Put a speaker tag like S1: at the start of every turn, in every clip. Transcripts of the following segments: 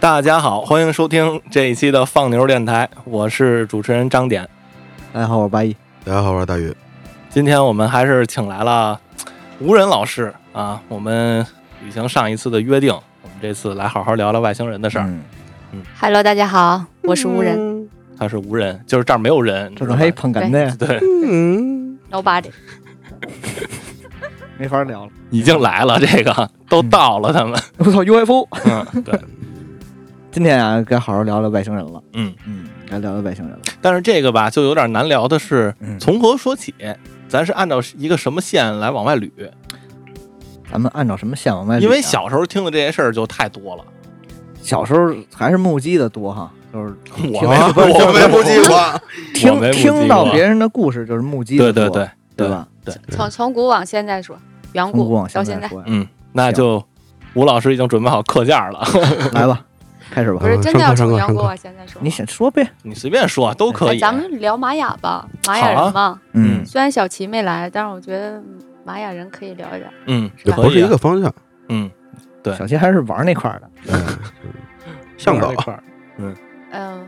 S1: 大家好，欢迎收听这一期的放牛电台，我是主持人张典。
S2: 大哎家好，我是八一。
S3: 大家好，我是大宇。
S1: 今天我们还是请来了吴仁老师啊，我们履行上一次的约定，我们这次来好好聊聊外星人的事儿。
S2: 嗯，
S4: Hello，大家好，我是吴
S3: 嗯
S4: 人，
S5: 人。
S1: 他是无人，就是这儿没有人，
S2: 这种还
S1: 知道吧
S2: 捧哏的呀，
S1: 对，
S5: 嗯，
S4: 幺八零，
S2: 没法聊了。
S1: 已经来了，这个都到了，他们，
S2: 我操，UFO！
S1: 嗯，对，
S2: 今天啊，该好好聊聊外星人了。
S1: 嗯
S2: 嗯，该聊聊外星人了。
S1: 但是这个吧，就有点难聊的是
S2: 嗯
S1: 从何说起，咱是按照一个什么线来往外捋，
S2: 咱们按照什么线往外捋啊？
S1: 因为小时候听的这些事儿就太多了。
S2: 小时候还是目击的多哈，就是
S1: 我
S2: 听
S1: 没
S2: 不是
S1: 我
S2: 就是
S1: 没
S3: 不计划，
S1: 我
S2: 听
S1: 没目击过
S2: 听到别人的故事就是目击
S1: 对对
S2: 的多，
S1: 对，
S2: 对吧？
S4: 从从古往现在说，远
S2: 从古
S4: 古
S2: 往
S4: 到
S2: 现
S4: 现在，
S2: 说呀，
S1: 嗯，那就吴老师已经准备好课件了，
S2: 来吧，开始吧
S4: 不。是
S3: 嗯
S4: 真的
S3: 上
S4: 要
S3: 课上
S4: 从
S3: 课
S4: 远
S3: 上
S4: 古
S3: 课
S4: 往现在说吗。
S2: 你想说呗？
S1: 你随便说都可
S4: 哎
S1: 以。
S4: 咱们聊玛雅吧，玛雅
S1: 好啊
S4: 人嘛，
S1: 嗯
S4: 虽然小齐没来，但是我觉得嗯玛雅人可以聊一聊。
S1: 嗯，
S4: 是吧
S3: 不
S1: 可
S3: 是
S1: 以
S3: 一
S1: 啊，
S3: 个方 向，
S1: 嗯，对
S2: 小新还是玩那块儿的，
S3: 向导。
S1: 这块儿。
S4: 嗯，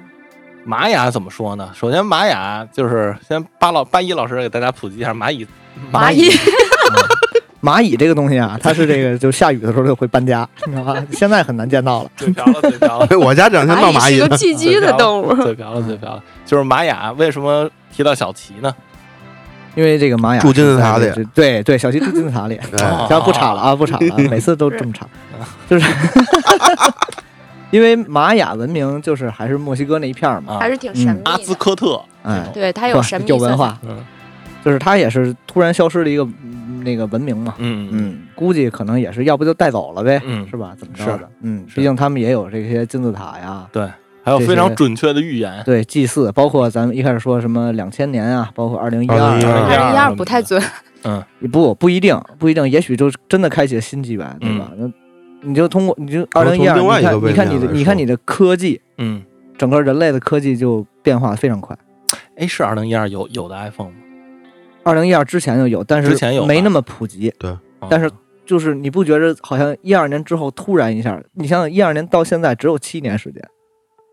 S1: 玛雅怎么说呢？首先，玛雅就是先巴老巴一老师给大家普及一下蚂蚁
S4: 蚂
S1: 蚁
S4: 蚁，
S2: 嗯蚂蚁这个东西啊，它是这个，就下雨的时候就会搬家，你知道吧？现在很难见到了。
S1: 嘴瓢了嘴瓢了
S3: 哎我家这两天闹蚂蚁啊
S4: 是
S3: 呢
S4: 个， 寄居的动 物。
S1: 嘴瓢了，嘴瓢了，就是玛雅。为什么提到小齐呢？
S2: 因为这个玛雅
S3: 住金字
S2: 是在
S3: 塔里
S2: 这，对对，小西住金字塔里，
S3: 哎
S1: 哦
S2: 行，不吵了啊，不吵了啊，每次都这么吵，就是 因为玛雅文明就是还是墨西哥那一片儿嘛，
S1: 啊
S4: 还，是挺神
S3: 嗯
S4: 秘
S1: 阿兹
S4: 的，
S1: 科特，
S2: 哎，
S4: 对他有
S2: 吧
S4: 神秘
S2: 有
S4: 色
S2: 文
S4: 彩，
S2: 化，
S1: 嗯
S2: 就是它也是突然消失的一个嗯那个文明嘛，
S1: 嗯嗯
S2: 嗯，哎估计可能也是要不就带走了呗，
S1: 嗯，
S2: 是吧？怎么着的？嗯，
S1: 是
S2: 毕竟他们也有这些金字塔呀。
S1: 还有
S2: 这
S1: 非常
S2: 些
S1: 准确的预言。
S2: 对祭祀，包括咱们一开始说什么两千年啊，包括二零一二，啊
S3: 2012
S4: 二零一二不太准。
S2: 不不一定，不一定，也许就真的开启了新纪元，对吧？那、你就通过你就二
S3: 嗯
S2: 零
S3: 能从
S2: 一二，
S3: 另外一个
S2: 你
S3: 位
S2: 看
S3: 面
S2: 你的
S3: 来
S2: 你
S3: 说
S2: 看你的科技，
S1: 嗯，
S2: 整个人类的科技就变化得非常快。
S1: 哎，是二零一二有有的 iPhone 吗？
S2: 二零一二之前就有，但是
S1: 之前有吧
S2: 没那么普及。
S1: 啊
S2: 但是就是你不觉着好像一二年之后突然一下，你想想一二年到现在只有七年时间，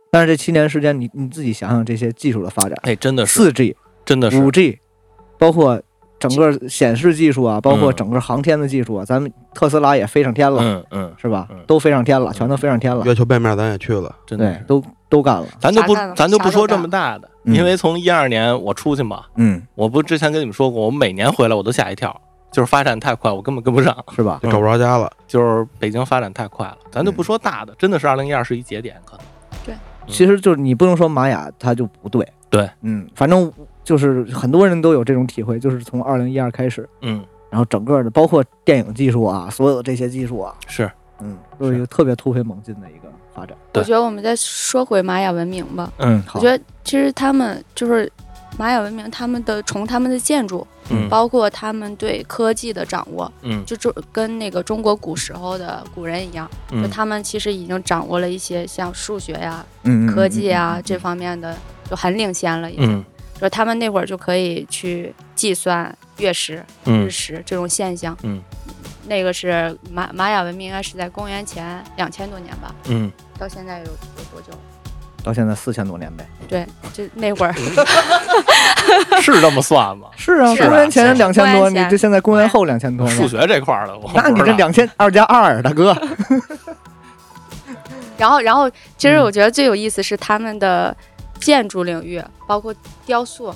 S2: 但是这七年时间你你自己想想这些技术的发展，
S1: 哎，真的是，
S2: 四 G、
S1: 真的是
S2: 五 G，包括整个显示技术啊，包括
S1: 嗯
S2: 整个航天的技术啊，咱们特斯拉也飞上天了，
S1: 嗯嗯，
S2: 是吧
S1: 嗯？
S2: 都飞上天了，全都飞上天了，
S3: 月球背面咱也去了，
S1: 真的
S2: 对
S1: 是，。
S2: 都都干了，
S1: 咱就不
S4: 啥干了
S1: 咱就不
S4: 啥都
S1: 说这
S4: 干
S1: 么大的，
S2: 嗯
S1: 因为从一二年我出去嘛，
S2: 嗯，
S1: 我不之前跟你们说过，我每年回来我都吓一跳，就是发展太快，我根本跟不上，
S2: 是吧？
S3: 就找不着家了。
S1: 就是北京发展太快了。咱就不说大
S2: 嗯
S1: 的，真的是二零一二是一节点，可能
S2: 其实就是你不能说玛雅它就不对，
S1: 对，
S2: 嗯，反正就是很多人都有这种体会，就是从二零一二开始，
S1: 嗯
S2: 然后整个的包括电影技术啊，所有的这些技术啊，
S1: 是
S2: 嗯，都是一个特别突飞猛进的一个发展。
S1: 对
S4: 我觉得我们再说回玛雅文明吧，
S1: 嗯
S2: 好
S4: 我觉得其实他们就是玛雅文明，他们的从他们的建筑，
S1: 嗯
S4: 包括他们对科技的掌握，
S1: 嗯
S4: 就就跟那个中国古时候的古人一样，就
S1: 嗯
S4: 他们其实已经掌握了一些像数学呀、
S2: 嗯
S4: 科技呀、这方面的，就很领先了。已经，
S1: 嗯
S4: 就他们那会儿就可以去计算月食、日
S1: 嗯
S4: 食这种现象。
S1: 嗯，
S4: 那个是玛玛雅文明，应该是在公元前两千多年吧，
S1: 嗯，
S4: 到现在有有多久？
S2: 到现在四千多年呗，？
S4: 对，就那会儿
S1: 嗯是这么算吗
S2: 是啊，
S4: 是啊
S2: 公元前
S1: 是
S2: 两千多，
S4: 公元
S2: 你
S4: 前
S2: 这现在公元后两千多
S1: 数
S2: 呢，
S1: 学这块儿的，我
S2: 那
S1: 不
S2: 你
S1: 知
S2: 这
S1: 道
S2: 两千二加二，大哥，
S4: 然后，然后，其实
S2: 嗯
S4: 我觉得最有意思是他们的建筑领域，包括雕塑。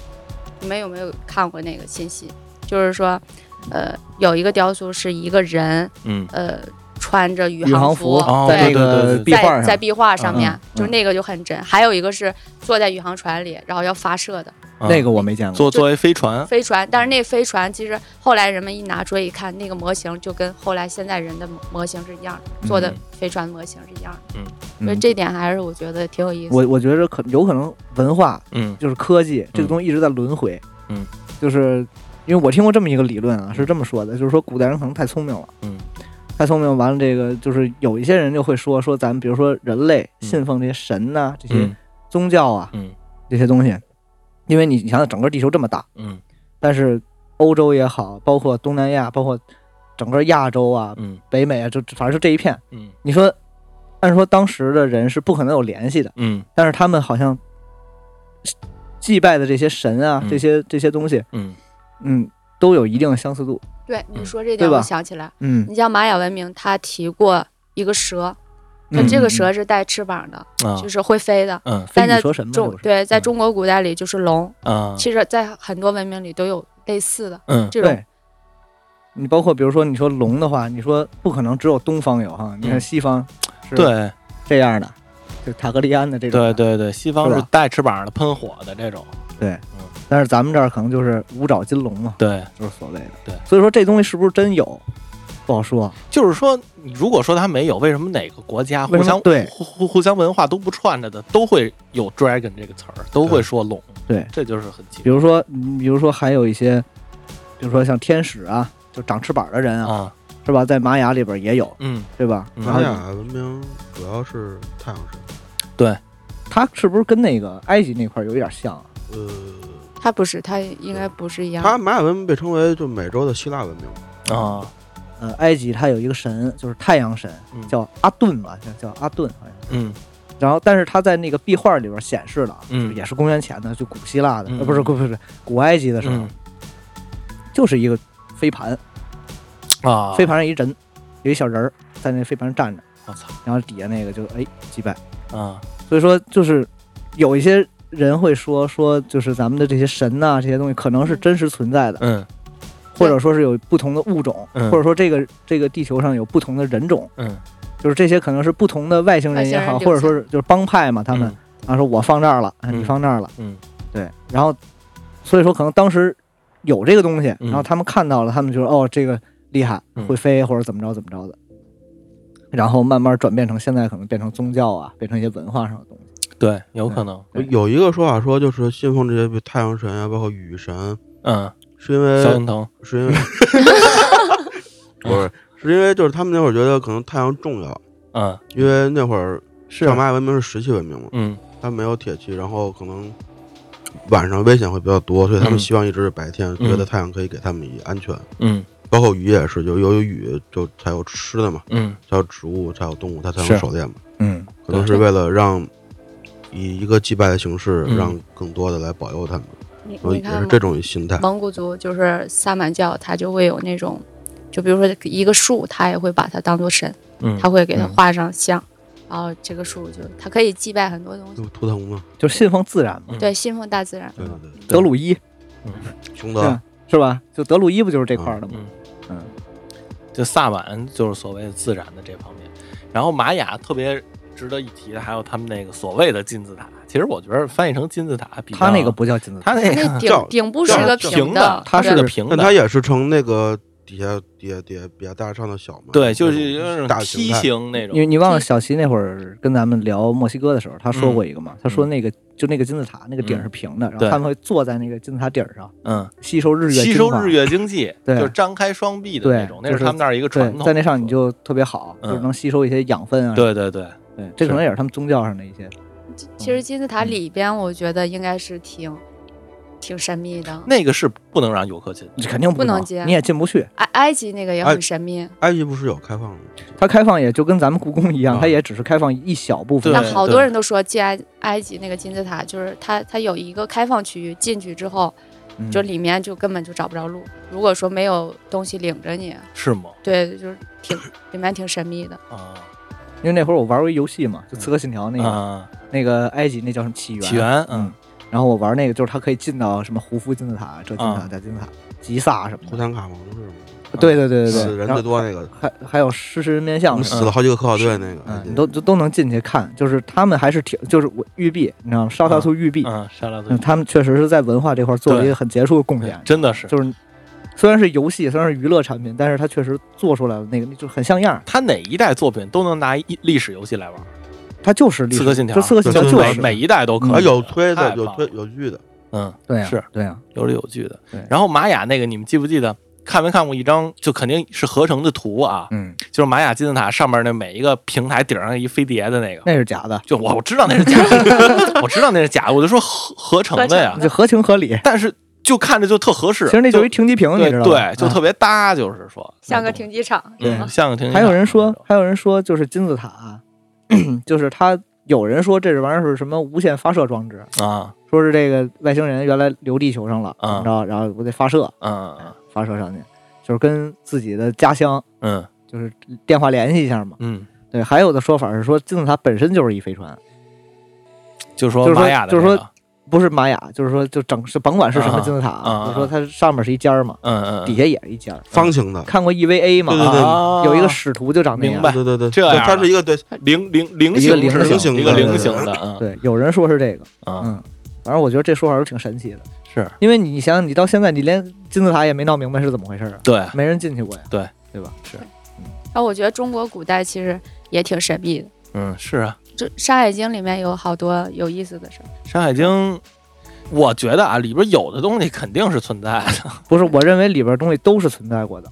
S4: 你们有没有看过那个信息？就是说，呃，有一个雕塑是一个人，
S1: 嗯
S4: 呃，穿着宇
S2: 宇航服
S4: 服，
S1: 哦
S2: 在那
S1: 对
S4: 对，
S1: 对
S2: 个
S1: 对
S2: 壁画
S4: 在
S2: 上，
S4: 在壁画上面，
S2: 嗯嗯
S4: 就那个就很真。还有一个是坐在宇航船里，然后要发射的
S1: 啊
S2: 那个我没见过，
S1: 作作为飞船，
S4: 飞船，但是那飞船其实后来人们一拿出来一看，那个模型就跟后来现在人的模模型是一样的，做的
S1: 嗯
S4: 飞船模型是一样的，所以
S2: 嗯
S4: 这点还是我觉得挺有意思的。
S2: 我我觉着可有可能文化
S1: 嗯
S2: 就是科技这个东西一直在轮回，
S1: 嗯，
S2: 就是因为我听过这么一个理论啊，是这么说的，就是说古代人可能太聪明了，
S1: 嗯，
S2: 太聪明，完了这个就是有一些人就会说说咱们比如说人类
S1: 嗯
S2: 信奉这些神呐、这些
S1: 嗯
S2: 宗教啊、
S1: 嗯
S2: 这些东西，因为你你想想整个地球这么大，
S1: 嗯
S2: 但是欧洲也好，包括东南亚，包括整个亚洲啊、
S1: 嗯
S2: 北美啊，就反正就这一片，
S1: 嗯
S2: 你说按说当时的人是不可能有联系的，
S1: 嗯
S2: 但是他们好像祭拜的这些神啊，
S1: 嗯
S2: 这些这些东西，
S1: 嗯
S2: 嗯，都有一定的相似度。
S4: 对你
S1: 嗯
S4: 说这
S2: 对
S4: 点，
S2: 吧
S4: 我想起来，
S2: 嗯，
S4: 你像玛雅文明，他提过一个蛇，那
S2: 嗯
S4: 这个
S2: 嗯
S4: 蛇是带翅膀的，
S1: 啊
S4: 就是会飞的。
S1: 嗯
S2: 飞
S4: 但
S2: 羽
S4: 在
S2: 蛇神嘛，这
S4: 中
S2: 不是
S4: 对，在
S1: 嗯
S4: 中国古代里就是龙，
S1: 啊
S4: 其实，在很多文明里都有类似的
S1: 嗯
S4: 这种。
S2: 对。你包括比如说你说龙的话，你说不可能只有东方有哈，你看
S1: 嗯
S2: 西方是
S1: 对
S2: 这样的，就塔格利安的这种的，
S1: 对对对，西方
S2: 是
S1: 是
S2: 吧
S1: 带翅膀的喷火的这种，
S2: 但是咱们这儿可能就是五爪金龙嘛，
S1: 对，
S2: 就是所谓的。
S1: 对，
S2: 所以说这东西是不是真有，不好说。啊
S1: 就是说，你如果说它没有，为什么哪个国家
S2: 为
S1: 互
S2: 什么
S1: 相
S2: 对
S1: 互互互相文化都不串着的，都会有 dragon 这个词儿，都会说龙，
S2: 对，
S1: 这就是很奇
S2: 比如说，嗯比如说还有一些，比如说像天使啊，就长翅膀的人
S1: 怪
S2: 啊，
S1: 啊，
S2: 是吧？在玛雅里边也有，
S1: 嗯
S2: 对吧？
S1: 嗯
S2: 然
S3: 玛
S2: 后
S3: 雅文明主要是太阳神，
S2: 它是不是跟那个埃及那块儿有一点像啊？
S3: 呃，
S4: 它不是，它应该不是一样的。
S3: 它玛雅文明被称为就美洲的希腊文明，
S1: 啊，
S2: 呃，埃及它有一个神，就是太阳神
S1: 嗯，
S2: 叫阿顿吧，叫叫阿顿好像是。
S1: 嗯
S2: 然后，但是它在那个壁画里边显示了，啊
S1: 嗯
S2: 也是公元前的，就古希腊的，
S1: 嗯
S2: 呃，不是，不是不是古埃及的时候，
S1: 嗯
S2: 就是一个飞盘，
S1: 啊，
S2: 飞盘上一人，有一小人儿在那飞盘上站着，
S1: 我操
S2: 然后底下那个就哎击败。
S1: 啊，
S2: 所以说，就是有一些人会说说，就是咱们的这些神呐、这些东西可能是真实存在的，
S1: 嗯
S2: 或者说是有不同的物种，
S1: 嗯
S2: 或者说这个这个地球上有不同的人种，
S1: 嗯，
S2: 就是这些可能是不同的外星人也好，
S4: 外星人留下
S2: 或者说是就是帮派嘛，他们、然后说我放这儿了，哎
S1: 嗯
S2: 你放那儿了，
S1: 嗯，
S2: 对，然后所以说可能当时有这个东西，
S1: 嗯
S2: 然后他们看到了，他们就说哦这个厉害
S1: 嗯，
S2: 会飞或者怎么着怎么着的，然后慢慢转变成现在可能变成宗教啊，变成一些文化上的东
S1: 嗯
S2: 西。
S1: 对，有可能，
S2: 对
S3: 有一个说法说就是信奉这些太阳神啊，包括雨神，
S1: 嗯，
S3: 是因
S2: 呃
S1: 萧 敬
S3: 为
S1: 腾，
S3: 是因为不是是因为就是他们那会儿觉得可能太阳重要，
S1: 嗯
S3: 因为那会儿
S2: 是
S3: 像玛雅文明是啊石器文明嘛，
S1: 嗯
S3: 它没有铁器，然后可能晚上危险会比较多，所以他
S1: 嗯
S3: 们希望一直是白天，
S1: 嗯
S3: 觉得太阳可以给他们以安全。
S1: 嗯
S3: 包括雨也是，就由于雨就才有吃的嘛，
S1: 嗯
S3: 才有植物，才有动物，它才
S1: 是
S3: 能狩猎嘛。
S2: 嗯，
S3: 可能是为了让以一个祭拜的形式，
S1: 嗯
S3: 让更多的来保佑他们，
S4: 你
S3: 所以
S4: 你
S3: 也
S4: 看
S3: 是
S4: 嘛
S3: 这种心态。
S4: 蒙古族就是萨满教，它就会有那种，就比如说一个树，它也会把它当做神，
S1: 嗯
S4: 它，会给它
S1: 嗯
S4: 画上像，然后这个树就它可以祭拜很多东西，
S3: 就图腾嘛，
S2: 就是信奉自然嘛。
S1: 嗯
S4: 对，信奉大自然。
S3: 对对
S2: 德鲁伊
S3: 对，熊
S2: 对
S3: 德
S2: 啊，是吧？就德鲁伊不就是这块儿的吗？
S1: 嗯
S2: 嗯，
S1: 就萨满就是所谓的自然的这方面，然后玛雅特别值得一提的还有他们那个所谓的金字塔，其实我觉得翻译成金字塔比
S2: 他那
S1: 较
S2: 个不叫金字塔，
S1: 它那
S4: 那
S1: 个
S4: 顶
S3: 叫
S4: 顶部是
S3: 叫
S4: 个
S3: 叫
S1: 平
S4: 的
S1: 的，，它是
S4: 对
S1: 个平的，
S3: 但它也是成那个底下底下底下比较大上的小嘛，
S1: 对，就
S3: 那
S1: 是
S3: 种
S1: 有
S3: 大
S1: 种
S3: 形
S1: 梯
S3: 态。
S1: 形那种
S2: 你你忘了小西那会儿跟咱们聊墨西哥的时候，他说过一个嘛，他说那个就那个金字塔那个顶
S1: 嗯
S2: 是平的，然
S1: 对
S2: 后他们会坐在那个金字塔顶上
S1: 嗯，
S2: 吸收日月
S1: 吸
S2: 精
S1: 收
S2: 华
S1: 日月精气，
S2: 对
S1: 就是张开双臂的
S2: 对
S1: 那种，那
S2: 就是是
S1: 他们那儿一个传
S2: 对
S1: 统。，
S2: 在那上你就特别好，
S1: 嗯
S2: 就是能吸收一些养分啊。
S1: 对对对，
S2: 对，这可能也是他们宗教上的一些。
S4: 其实金字塔里边，我觉得应该是挺挺神秘的。
S1: 那个是不能让游客进的
S2: 你肯定
S4: 不能
S2: 能
S4: 接
S2: 你也进不去。
S4: 埃埃及那个也
S3: 埃
S4: 很神秘，
S3: 埃及不是有开放的吗？
S2: 它开放也就跟咱们故宫一样，
S3: 啊
S2: 它也只是开放一小部分
S1: 嗯对。
S4: 那好多
S1: 对
S4: 人都说进埃埃及那个金字塔，就是它它有一个开放区域，进去之后
S2: 嗯
S4: 就里面就根本就找不着路。如果说没有东西领着你，
S1: 是吗？
S4: 对，就是挺里面挺神秘的。
S1: 啊
S2: 因为那会儿我玩过一游戏嘛，就《刺客信条》那个
S1: 啊，
S2: 那个埃及那叫什么起源？
S1: 起源嗯
S2: 嗯。然后我玩那个就是它可以进到什么胡夫金字塔、这金字塔、
S1: 啊
S2: 那金字塔、吉萨什么
S3: 图
S2: 的。
S3: 坦卡蒙是吗？
S2: 啊对对对对
S3: 死
S2: 对，
S3: 人
S2: 然
S3: 最
S2: 后
S3: 多那个，嗯
S2: 还还有狮身人面像什么
S3: 死了好几个科考队那个
S2: 的，嗯
S3: 埃，及，
S2: 你都都都能进去看。就是他们还是挺，就是我玉璧，你知道吗？烧他图玉璧，
S1: 嗯，沙拉对，
S2: 嗯，他们确实是在文化这块儿做了一个很杰出的贡献，
S1: 真的是。
S2: 就是虽然是游戏，虽然是娱乐产品，但是它确实做出来了那个就很像样儿，
S1: 他哪一代作品都能拿一历史游戏来玩，
S2: 它就是历
S1: 《
S2: 史
S1: 刺客信条
S2: 就》刺客信条
S3: 对
S2: 就
S1: 每
S2: 是
S1: 每一代都可以
S3: 啊
S1: 的，
S3: 有推
S1: 太
S3: 的，有
S1: 棒
S3: 推
S1: 了，
S3: 有剧的，
S1: 嗯，
S2: 对啊
S1: 是
S2: 对啊，
S1: 有理有据的
S2: 对。
S1: 然后玛雅那个，你们记不记得？看没看过一张就肯定是合成的图啊？
S2: 嗯，
S1: 就是玛雅金字塔上面那每一个平台顶上一飞碟的那个，
S2: 那是假的，
S1: 就我我知道那是假的， 我知道那是假的，我就说合合成的呀
S4: 合成，
S2: 就合情合理。
S1: 但是就看着就特合适。
S2: 其实那就是一停机坪，你
S1: 对
S2: 知道吗？
S1: 对，就
S2: 啊
S1: 特别搭，就是说
S4: 像个停机场，
S1: 嗯，像个停机场。
S2: 还有人说，还有人说，就是金字塔 就是他有人说这玩意儿是什么无线发射装置，
S1: 啊
S2: 说是这个外星人原来留地球上了，
S1: 啊
S2: 你知道，然后我得发射，
S1: 啊
S2: 发射上去，就是跟自己的家乡
S1: 嗯
S2: 就是电话联系一下嘛。
S1: 嗯，
S2: 对，还有的说法是说金字塔本身就是一飞船，
S1: 就说
S2: 就是说
S1: 玛雅的
S2: 就是
S1: 这个，
S2: 说不是玛雅，就是说就整是甭管是什么
S1: 啊
S2: 金字塔，
S1: 啊
S2: 就说它上面是一尖儿嘛，
S1: 嗯嗯，
S2: 底下也是一尖儿。
S3: 方形的，
S2: 看过 EVA 嘛？
S3: 对对对
S2: 啊
S1: 啊
S2: 有一个使徒就长那
S1: 明
S2: 样
S1: 白。
S3: 对对对，
S1: 这
S3: 对
S1: 样啊
S3: 它
S1: 的
S3: 是一个对
S1: 菱菱菱
S2: 一个
S1: 形
S2: 菱
S1: 是吧
S3: 形
S1: 一个
S3: 的
S1: 菱形的，嗯
S2: 对，有人说是这个，
S1: 啊
S2: 嗯，反正我觉得这说法是挺神奇的，
S1: 是
S2: 因为你想想，你到现在你连金字塔也没闹明白是怎么回事儿啊，
S1: 对，
S2: 没人进去过呀，
S1: 对
S2: 对吧？是
S4: 然后我觉得中国古代其实也挺神秘的，
S1: 嗯是啊，
S4: 这《山海经》里面有好多有意思的事儿。
S1: 《山海经》，我觉得啊里边有的东西肯定是存在的，
S2: 不是？我认为里边东西都是存在过的，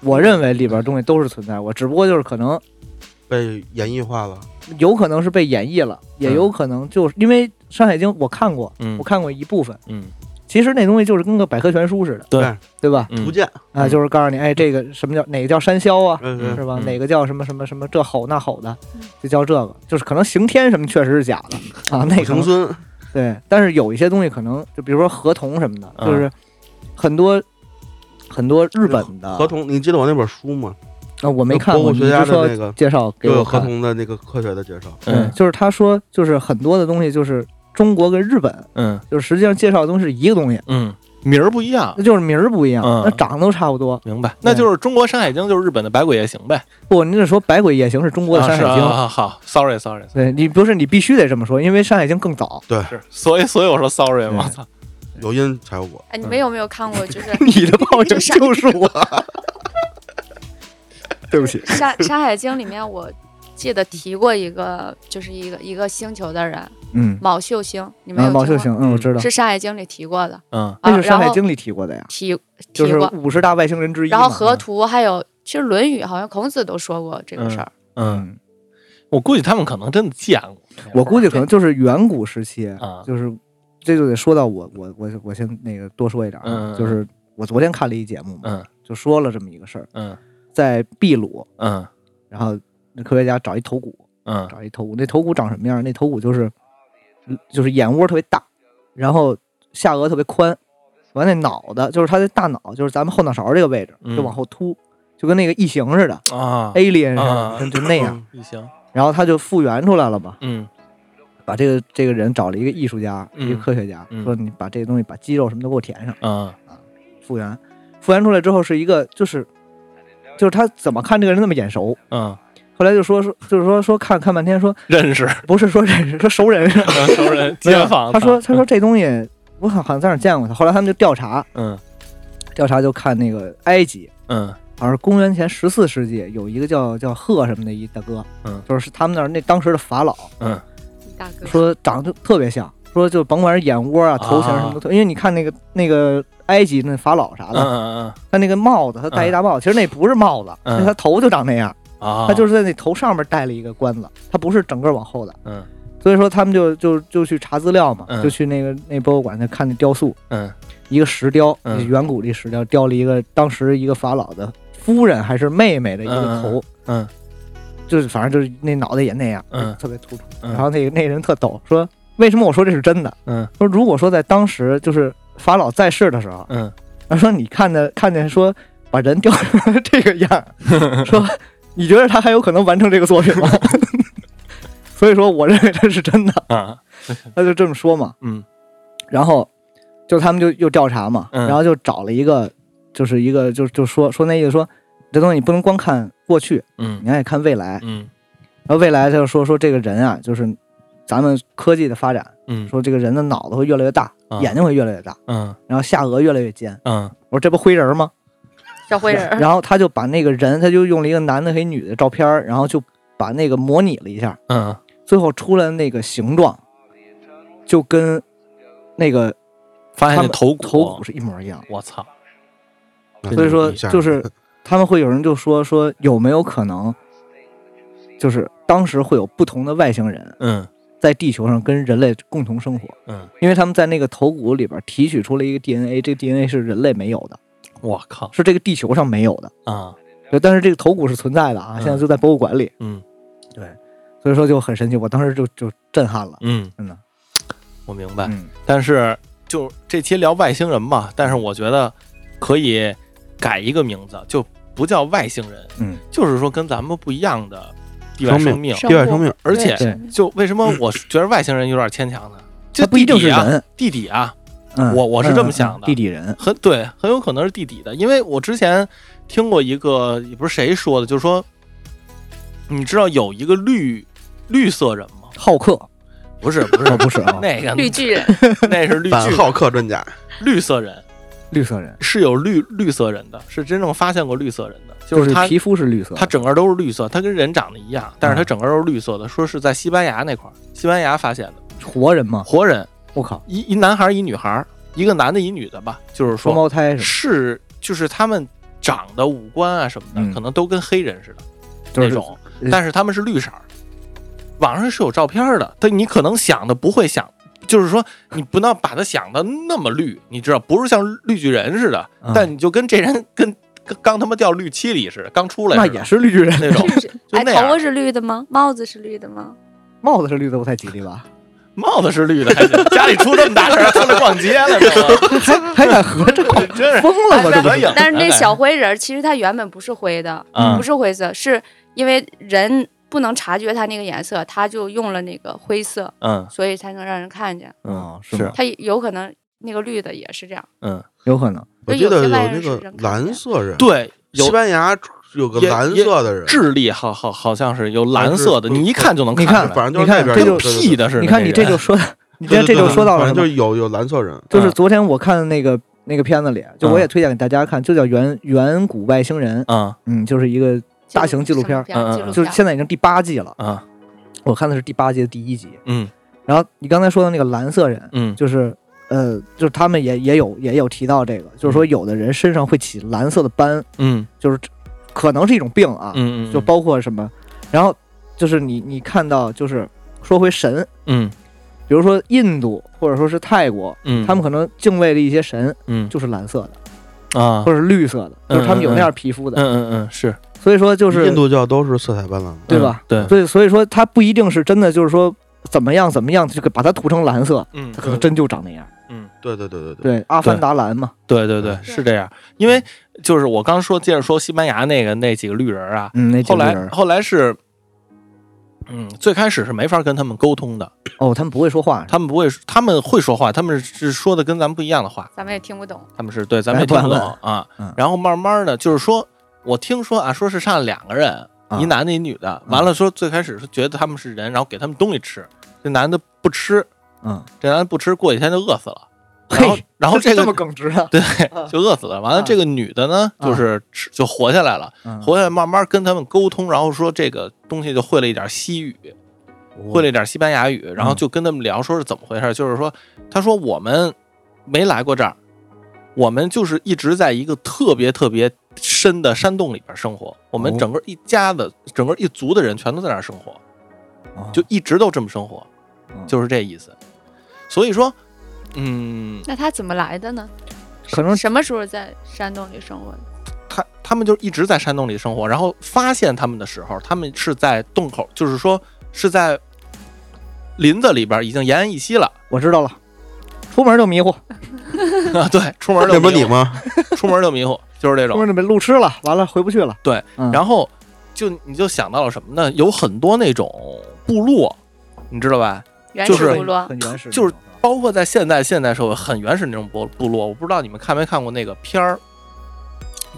S2: 我认为里边东西都是存在过，只不过就是可能
S3: 被演绎化了，
S2: 有可能是被演绎了，也有可能就是因为《山海经》我看过，
S1: 嗯
S2: 我看过一部分，
S1: 嗯
S2: 其实那东西就是跟个百科全书似的，
S1: 对
S2: 对吧？
S1: 嗯
S3: 图鉴，
S2: 啊，
S1: 嗯
S2: 就是告诉你，哎，这个什么叫哪个叫山魈啊，
S3: 嗯
S1: 嗯
S3: 嗯，
S2: 是吧？
S1: 嗯
S2: 哪个叫什么什么什么这吼那吼的
S4: 嗯，
S2: 就叫这个，就是可能刑天什么确实是假的 啊，那可
S3: 成
S2: 能
S3: 孙，
S2: 对，但是有一些东西可能就比如说合同什么的，
S1: 嗯
S2: 就是很多很多日本的
S3: 合同，你记得我那本书吗？
S2: 啊，我没
S3: 就
S2: 看
S3: 考
S2: 过，
S3: 古
S2: 你
S3: 学家
S2: 就说
S3: 的那个
S2: 介绍给
S3: 又
S2: 我
S3: 有合
S2: 看，
S3: 同的那个科学的介绍，
S2: 对，
S1: 嗯
S2: 就是他说就是很多的东西就是中国跟日本
S1: 嗯
S2: 就是实际上介绍的东西是一个东西，
S1: 嗯，名儿不一样。
S2: 那就是名儿不一样，
S1: 嗯
S2: 那长得都差不多。
S1: 明白，那就是中国《山海经》就是日本的《百鬼夜行》呗。
S2: 不，你得说《百鬼夜行》是中国的《山海
S1: 啊
S2: 经》
S1: 是啊好，sorry，sorry，
S2: 对你不是你必须得这么说，因为《山海经》更早。
S1: 是，所以所以我说 sorry 嘛，我
S2: 对
S1: 操，
S3: 有因才有果，
S4: 哎，你们有没有看过？就是
S2: 你的报应
S4: 这山
S2: 就是我，对不起
S4: 《山山海经》里面，我记得提过一个，就是一个一个星球的人，
S2: 嗯，
S4: 卯宿星，你们
S2: 啊，
S4: 有
S2: 毛
S4: 听
S2: 秀
S4: 过
S2: 行，嗯，我知道，
S4: 是《山海经》里提过的，
S1: 嗯
S2: 那
S4: 啊、
S2: 是《山
S4: 然
S2: 海
S4: 后
S2: 经》里提过的呀，
S4: 提
S2: 就
S4: 提
S2: 是
S4: 过，
S2: 五十大外星人之一嘛。嗯
S4: 然后河图还有，其实《论语》好像孔子都说过这个事儿，
S1: 嗯，
S2: 嗯，
S1: 我估计他们可能真的见过，
S2: 我估计可能就是远古时期，
S1: 啊，
S2: 就是这就得说到我我我我先那个多说一点啊，
S1: 嗯嗯嗯
S2: 就是我昨天看了一节目嘛，
S1: 嗯
S2: 就说了这么一个事儿，
S1: 嗯
S2: 在秘鲁，
S1: 嗯
S2: 然后那科学家找一头骨，
S1: 嗯
S2: 找一头骨，那头骨长什么样？那头骨就是，嗯就是眼窝特别大，然后下颚特别宽，完那脑袋就是他的大脑，就是咱们后脑勺这个位置
S1: 嗯
S2: 就往后凸，就跟那个异形似的
S1: 啊，
S2: ，alien 似
S1: 啊
S2: 的，就就那样。
S3: 嗯，
S1: 异形，
S2: 然后他就复原出来了嘛，
S1: 嗯
S2: 把这个这个人找了一个艺术家，
S1: 嗯
S2: 一个科学家，
S1: 嗯
S2: 说你把这个东西把肌肉什么都给我填上，
S1: 啊
S2: 复原，复原出来之后是一个就是，就是他怎么看这个人那么眼熟。
S1: 嗯，
S2: 后来就说说，就是说说看看半天说，
S1: 认识
S2: 不是说认识，说熟人，
S1: 熟人
S2: 没有
S1: 街坊，啊
S2: 他说他说这东西我好像在哪儿见过他。后来他们就调查
S1: 嗯
S2: 调查，就看那个埃及，
S1: 嗯
S2: 好像是公元前十四世纪有一个叫叫赫什么的一大哥，
S1: 嗯
S2: 就是他们那儿那当时的法老
S1: 嗯
S4: 大哥
S2: 说长得特别像，说就甭管是眼窝啊、头型什么的，因为你看那个那个埃及那法老啥
S1: 嗯
S2: 的，
S1: 嗯
S2: 他那个帽子，他戴一大帽，子，其实那不是帽子，
S1: 嗯
S2: 那他头就长那样，
S1: 嗯啊，
S2: 他就是是在那头上面戴了一个冠子，他不是整个往后的，
S1: 嗯
S2: 所以说他们就就就去查资料嘛，
S1: 嗯
S2: 就去那个那博物馆去看那雕塑，
S1: 嗯
S2: 一个石雕，
S1: 嗯
S2: 一远古的石雕，雕了一个当时一个法老的夫人还是妹妹的一个头，
S1: 嗯
S2: 就是反正就是那脑袋也那样，
S1: 嗯
S2: 特别突出。
S1: 嗯
S2: 然后那个那人特逗，说为什么我说这是真的？
S1: 嗯
S2: 说如果说在当时就是法老在世的时候，
S1: 嗯
S2: 他说你看的看见说把人雕成这个 样儿，说你觉得他还有可能完成这个 作品吗？所以说我认为他是真的，
S1: 啊
S2: 他就这么说嘛。
S1: 嗯
S2: 然后就他们就又调查嘛，
S1: 嗯
S2: 然后就找了一个，就是一个就就说说那意思说，这东西你不能光看过去，
S1: 嗯
S2: 你还得看未来。
S1: 嗯
S2: 然后未来他就说说这个人啊，就是咱们科技的发展，
S1: 嗯
S2: 说这个人的脑子会越来越大，
S1: 啊
S2: 眼睛会越来越大，
S1: 嗯
S2: 然后下颚越来越尖。
S1: 嗯
S2: 我说这不灰人吗？
S4: 小灰人儿，
S2: 然后他就把那个人，他就用了一个男的和一女的照片儿，然后就把那个模拟了一下，
S1: 嗯
S2: 最后出来那个形状，就跟那个
S1: 发现哎
S2: 他
S1: 那
S2: 们
S1: 头骨
S2: 头骨是一模一样。
S1: 我操，
S3: 嗯
S2: 所以说
S3: 一下
S2: 就是他们会有人就说说有没有可能，就是当时会有不同的外星人
S1: 嗯
S2: 在地球上跟人类共同生活，
S1: 嗯，
S2: 因为他们在那个头骨里边提取出了一个 DNA，这个 DNA 是人类没有的，
S1: 我靠
S2: 是这个地球上没有的。
S1: 啊
S2: 对，但是这个头骨是存在的啊，
S1: 嗯
S2: 现在就在博物馆里。
S1: 嗯
S2: 对，所以说就很神奇，我当时就就震撼了，
S1: 嗯，
S2: 真的。
S1: 我明白。
S2: 嗯，
S1: 但是就这期聊外星人嘛，但是我觉得可以改一个名字，就不叫外星人，
S2: 嗯，
S1: 就是说跟咱们不一样的地外生命。
S4: 生
S3: 地外
S4: 物
S3: 生命，
S1: 而且
S4: 对
S1: 就为什么我觉得外星人有点牵强呢？
S2: 他
S1: 这
S2: 不一
S1: 地
S2: 定是
S1: 底啊，
S2: 人，
S1: 地底啊，
S2: 嗯，
S1: 我我是这么
S2: 嗯
S1: 想的
S2: 嗯地底人，
S1: 很对，很有可能是地底的，因为我之前听过一个也不是谁说的，就是说，你知道有一个绿绿色人吗？
S2: 好客
S1: 不是不是
S2: 哦不是啊，
S1: 那个
S4: 绿巨人，
S1: 那是绿
S3: 反
S1: 巨
S3: 好客专家，
S1: 绿色人，
S2: 绿色人
S1: 是有绿绿色人的，是真正发现过绿色人的，
S2: 就
S1: 他
S2: 皮肤是绿色的，
S1: 他整个都是绿色，他跟人长得一样，但是他整个都是绿色的，说是在西班牙那块儿，西班牙发现的
S2: 活人嘛，
S1: 活人，
S2: 我靠，
S1: 一一男孩儿一女孩儿，一个男的一女的吧，就是
S2: 双
S1: 说
S2: 胞胎是
S1: 是就是他们长的五官啊什么的，
S2: 嗯
S1: 可能都跟黑人似的
S2: 吧就是
S1: 那种
S2: 呃，
S1: 但是他们是绿色儿。网上是有照片儿的，但你可能想的不会想，就是说你不能把它想的那么绿，你知道，不是像绿巨人似的，
S2: 嗯
S1: 但你就跟这人跟跟刚他妈掉绿漆里似的，刚出来
S2: 那
S1: 似的
S2: 也是绿巨人，
S1: 那 种，就
S4: 哎，
S1: 那
S4: 头
S1: 样
S4: 发。是绿的吗？帽子是绿的吗？
S2: 帽子是绿的不太吉利吧？
S1: 帽子是绿的，还行家里出这么大事儿，出来逛街了，知道 吗
S2: 还还敢合照，
S1: 真是
S2: 疯了吧？这不
S1: 可以
S2: 是
S1: 啊
S4: 但是 那小灰人儿其实他原本不是灰的，
S1: 嗯
S4: 不是灰色，是因为人不能察觉它那个颜色，他就用了那个灰色，
S1: 嗯
S4: 所以才能让人看见。
S2: 啊，
S1: 是
S2: 吗
S4: 他有可能那个绿的也是这样，
S1: 嗯，
S2: 有可能，
S3: 我
S4: 就
S3: 记得
S4: 有
S3: 有
S4: 些外
S3: 那
S4: 人是
S3: 个
S4: 人看
S3: 蓝
S4: 见
S3: 色人，
S1: 对，
S3: 西
S1: 有
S3: 班牙有个
S1: 也
S3: 蓝
S1: 也
S3: 色的人，
S1: 智利，好好好像是有蓝
S3: 是
S1: 色的，
S3: 不
S1: 你一看就能看
S2: 你看
S1: 出来，
S3: 反正就是
S2: 你看
S3: 那边
S2: 这
S3: 有
S2: 就
S3: 对对
S1: 屁的似的。
S2: 你看你这
S1: 人
S2: 就说，你
S3: 对
S2: 这这
S3: 对
S2: 就
S3: 对
S2: 说到了
S3: 反
S2: 什
S3: 正
S2: 么
S3: 就是有有蓝色人，
S1: 嗯
S2: 就是昨天我看的那个那个片子里，就我也推荐给大家看，就叫《远远古外星人》，
S1: 嗯
S2: 嗯，就是一个大型纪录片儿
S4: 什么
S1: 嗯嗯
S4: 纪录
S2: 就是
S4: 片
S2: 现在已经第八季了，
S1: 啊
S2: 我看的是第八季的第一集。
S1: 嗯
S2: 然后你刚才说的那个蓝色人，
S1: 嗯
S2: 就是呃，就是他们也也有也有提到这个，就是说有的人身上会起蓝色的斑，
S1: 嗯
S2: 就是可能是一种病啊，
S1: 嗯嗯，
S2: 就包括什么，然后就是你你看到就是说回神，
S1: 嗯
S2: 比如说印度或者说是泰国，
S1: 嗯，
S2: 他们可能敬畏的一些神
S1: 嗯
S2: 就是蓝色的，
S1: 啊
S2: 或，者是绿色的，就是他们有那样皮肤
S1: 嗯
S2: 的，
S1: 嗯嗯是，
S2: 所以说就是
S3: 印度教都是色彩斑斓的，
S2: 对吧
S1: 嗯？对，
S2: 对，所以说它不一定是真的，就是说怎么样怎么样，就给把它涂成蓝色，
S1: 嗯
S2: 它可能真就长那样。
S3: 对对对对对，
S2: 对，《阿凡达蓝》嘛，
S1: 对对对是这样，因为就是我刚说接着说西班牙那个那几个绿人儿啊，
S2: 嗯，那几
S1: 后
S2: 个
S1: 来
S2: 人
S1: 后来是，嗯，最开始是没法跟他们沟通的，
S2: 哦，他们不会说话，
S1: 他们不会，他们会说话，他们是说的跟咱们不一样的话，
S4: 咱们也听不懂，
S1: 他们是对咱们也
S2: 哎不
S1: 听
S2: 然
S1: 不懂
S2: 问
S1: 啊
S2: 嗯。
S1: 然后慢慢的，就是说我听说啊，说是上了两个人，
S2: 啊
S1: 一男的一女的，完了说最开始是觉得他们是人，然后给他们东西吃，这男的不吃，
S2: 嗯，
S1: 这男的不吃，过几天就饿死了，然 后
S2: 嘿，
S1: 然后
S2: 这
S1: 这
S2: 这
S1: 个
S2: 么。耿直啊，
S1: 对
S2: 啊，
S1: 就饿死了。完了，
S2: 啊
S1: 这个女的呢，
S2: 啊
S1: 就是吃就活下来了，
S2: 嗯
S1: 活下来慢慢跟他们沟通，然后说这个东西就会了一点西语，会
S2: 嗯
S1: 了一点西班牙语，然后就跟他们聊说是怎么回事儿，就是说，他说我们没来过这儿，我们就是一直在一个特别特别深的山洞里边生活，我们
S2: 哦
S1: 整个一家子、整个一族的人全都在那儿生活，
S2: 哦
S1: 就一直都这么生活，
S2: 嗯
S1: 就是这意思。所以说，嗯，
S4: 那他怎么来的呢？
S2: 可能
S4: 什么时候在山洞里生活的？
S1: 他他们就一直在山洞里生活，然后发现他们的时候，他们是在洞口，就是说是在林子里边已经奄奄一息了
S2: 我知道了，出门就迷糊，
S1: 啊，对，出门就
S3: 那不
S1: 迷
S3: 是你
S1: 糊
S3: 吗？
S1: 出门就迷糊，就是这
S2: 出
S1: 种。
S2: 门就被路痴了，完了回不去了。
S1: 对
S2: 嗯，
S1: 然后就你就想到了什么呢？有很多那种部落，你知道吧？
S4: 原
S1: 就
S4: 始
S1: 是
S4: 部落，
S2: 很原始的那种，啊
S1: 就是包括在现在现代社会很原始那种部部落，我不知道你们看没看过那个片儿，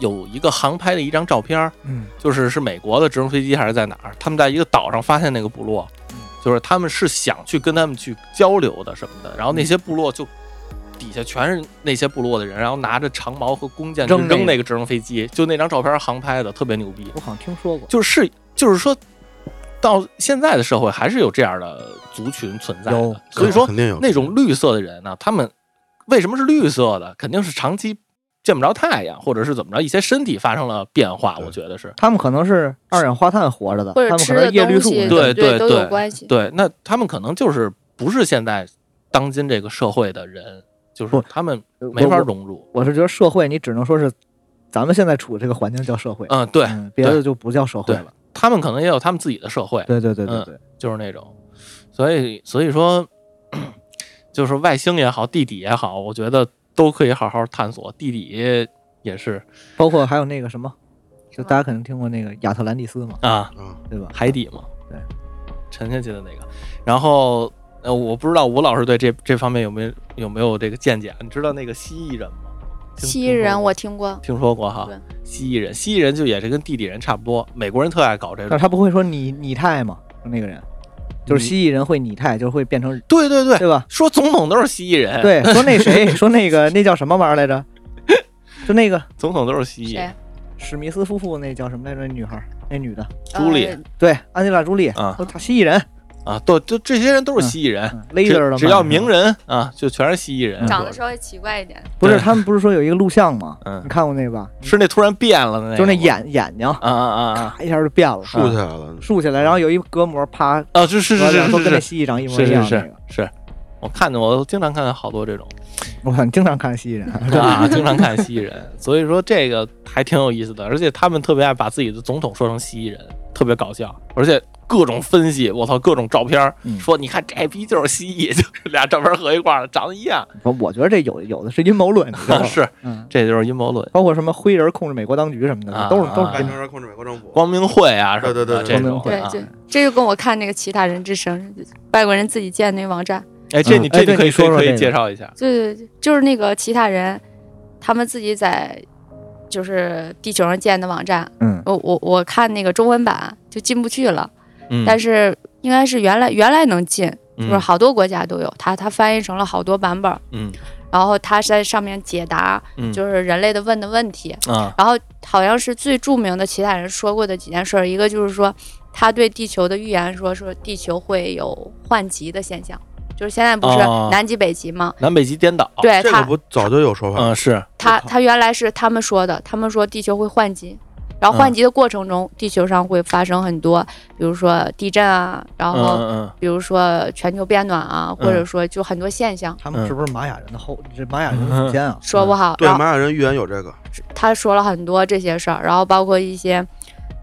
S1: 有一个航拍的一张照片儿，
S2: 嗯
S1: 就是是美国的直升飞机还是在哪儿？他们在一个岛上发现那个部落
S2: 嗯，
S1: 就是他们是想去跟他们去交流的什么的，然后那
S2: 嗯
S1: 些部落就。底下全是那些部落的人，然后拿着长矛和弓箭就
S2: 扔那
S1: 扔
S2: 个
S1: 那个直升飞机，就那张照片航拍的特别牛逼。
S2: 我好像听说过，
S1: 就是就是说，到现在的社会还是有这样的族群存在
S2: 有
S1: 的，所以说
S3: 肯定有
S1: 那种绿色的人呢，他们为什么是绿色的？肯定是长期见不着太阳，或者是怎么着，一些身体发生了变化，
S3: 对
S1: 我觉得是
S2: 他们可能是二氧化碳活着的，
S4: 或者
S2: 他们
S4: 吃
S2: 可
S4: 的
S2: 能叶绿
S4: 东
S2: 素
S4: 西，
S2: 什么
S1: 对
S2: 的，
S4: 对
S1: 对
S4: 都
S1: 对
S4: 有关系。
S1: 对。那他们可能就是不是现在当今这个社会的人，就是
S2: 不
S1: 他们
S2: 呃
S1: 没法
S2: 我
S1: 融入。
S2: 我是觉得社会，你只能说是咱们现在处这个环境叫社会，
S1: 嗯，对
S2: 嗯，别的就不叫社会了。
S1: 他们可能也有他们自己的社会，
S2: 对对对对
S1: 嗯
S2: 对，
S1: 就是那种，所以所以说， 就是外星也好，地底也好，我觉得都可以好好探索。地底也是
S2: 包括还有那个什么，就
S4: 吗
S2: 大家可能听过那个亚特兰蒂斯嘛，
S1: 啊，
S3: 啊，
S2: 对吧？
S1: 海底嘛，
S2: 对，
S1: 沉下去的那个。然后呃，我不知道吴老师对这这方面有没有有没有这个见解啊？你知道那个蜥蜴人吗？听
S4: 蜥蜴人我
S1: 听
S4: 听过，
S1: 说过听说过哈
S4: 对，
S1: 蜥蜴人，蜥蜴人就也是跟地底人差不多，美国人特爱搞这
S2: 但是
S1: 种。
S2: 他不会说你拟态嘛，那个人就是
S1: 你
S2: 蜥蜴人会拟态，就是会变成
S1: 对对对，
S2: 对吧？
S1: 说总统都是蜥蜴人，，
S2: 对，说那谁，说那个那叫什么玩意儿来着？就那个
S1: 总统都是蜥蜴
S4: 谁
S1: 人？
S2: 史密斯夫妇那叫什么来着？那女孩儿，那女的，
S1: 朱莉
S4: 呃
S2: 对，安吉拉·朱莉，
S1: 啊
S2: 都她蜥蜴人
S1: 啊，都就这些人都是蜥蜴人。
S2: 嗯，laser
S1: 只
S2: 的
S1: 只要名人啊，就全是蜥蜴人。
S2: 嗯
S4: 长得稍微奇怪一点，
S2: 不是
S1: 对
S2: 他们不是说有一个录像吗？
S1: 嗯
S2: 你看过那个吧？
S1: 是那突然变了的那个吗，
S2: 就是那眼眼睛，
S1: 啊啊啊啊
S2: 咔一下就变了，啊
S3: 竖起来了，
S2: 竖起来，然后有一隔膜，啪，
S1: 啊！是是是
S2: 隔
S1: 是
S2: 两都
S1: 是
S2: 跟那
S1: 是
S2: 蜥蜴长一模
S1: 是
S2: 一
S1: 是
S2: 样。那
S1: 是
S2: 个，
S1: 是，我看见我经常看见好多 这种
S2: 我操，你经常看蜥 蜴人，
S1: 啊，经常看蜥蜴人，所以说这个还挺有意思的，而且他们特别爱把自己的总统说成蜥蜴人，特别搞笑，而且。各种分析，我操，各种照片儿
S2: 嗯
S1: 说，你看这逼就是蜥蜴，就是 俩照片合一块儿了，长得一样。
S2: 我我觉得这有有的是阴谋论，你知道吗
S1: 是，
S2: 嗯，
S1: 这就是阴谋论，
S2: 包括什么灰人控制美国当局什么
S1: 啊
S2: 的，都是都
S1: 啊
S2: 是
S3: 外
S2: 真
S3: 星
S2: 的。
S3: 人控制美国政府，
S1: 光明会啊什么的，
S3: 对对对
S1: 这种
S2: 光
S4: 对
S2: 明
S1: 啊
S4: 这这就跟我看那个其他人之声，外国人自己建那网站，
S1: 哎，这你
S2: 嗯哎
S1: 这你
S2: 对
S1: 可以
S2: 你说说
S1: 可以
S2: 这个
S1: 介绍一下
S4: 对对对，就是那个其他人，他们自己在就是地球上建的网站，
S2: 嗯，
S4: 我呃我我看那个中文版就进不去了，
S1: 嗯，
S4: 但是应该是原来原来能进，
S1: 嗯
S4: 就是好多国家都有，它它翻译成了好多版本，
S1: 嗯
S4: 然后它在上面解答
S1: 嗯
S4: 就是人类的问的问题，
S1: 啊
S4: 然后好像是最著名的其他人说过的几件事儿，一个就是说他对地球的预言说说地球会有换极的现象，就是现在不是
S1: 哦
S4: 南极北极吗？
S1: 南北极颠倒，
S4: 对
S3: 这
S4: 他
S3: 个不早就有说法，
S1: 嗯是
S4: 他
S3: 靠
S4: 他原来是他们说的，他们说地球会换极，然后换
S1: 嗯
S4: 极的过程中，地球上会发生很多，比如说地震啊，然
S1: 嗯
S4: 后
S1: 嗯
S4: 比如说全球变暖啊，
S1: 嗯
S4: 或者说就很多现象。
S2: 他们是不是玛雅人的后？这玛雅人的祖先啊？
S4: 说
S1: 嗯
S4: 不好，
S3: 对
S4: 然后
S3: 玛雅人预言有这个，
S4: 他说了很多这些事儿，然后包括一些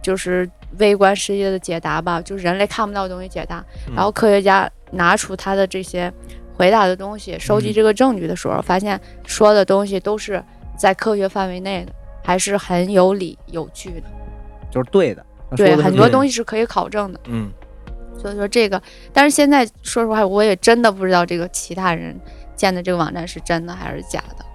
S4: 就是微观世界的解答吧，就是人类看不到的东西解答。
S1: 嗯
S4: 然后科学家拿出他的这些回答的东西，收
S2: 嗯
S4: 集这个证据的时候，发现说的东西都是在科学范围内的，还是很有理有据的。
S2: 就是对的。他说
S4: 对，
S2: 的是
S4: 很多
S2: 对的
S4: 东西是可以考证的。
S1: 嗯
S4: 所以说这个，但是现在说实话，我也真的不知道这个其他人建的这个网站是真的还是假的，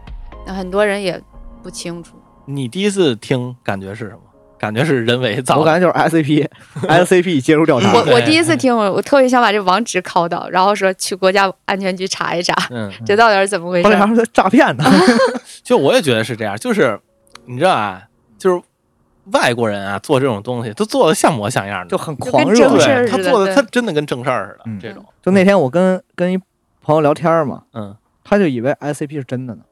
S4: 那很多人也不清楚。
S1: 嗯，你第一次听感觉是什么？感觉是人为造
S2: 我
S1: 的，
S2: 感觉就是 SCP SCP 介入调查。
S4: 我我
S1: 对
S4: 第一次听，我我特别想把这网址拷到，然后说去国家安全局查一查，
S1: 嗯，
S4: 这到底是怎么回
S2: 后
S4: 事
S2: 来？他说诈骗呢，
S1: 就我也觉得是这样，就是你知道啊，就是外国人啊做这种东西都做的像模像样的，
S2: 就很狂
S4: 就
S2: 热
S4: 跟正事
S2: 对。
S4: 儿
S1: 对他
S4: 似的
S1: 做的
S4: 对
S1: 他真的跟正事儿似的、
S2: 嗯
S1: 这种，
S2: 就那天我跟跟一朋友聊天嘛，
S1: 嗯
S2: 他就以为 SCP 是真的呢，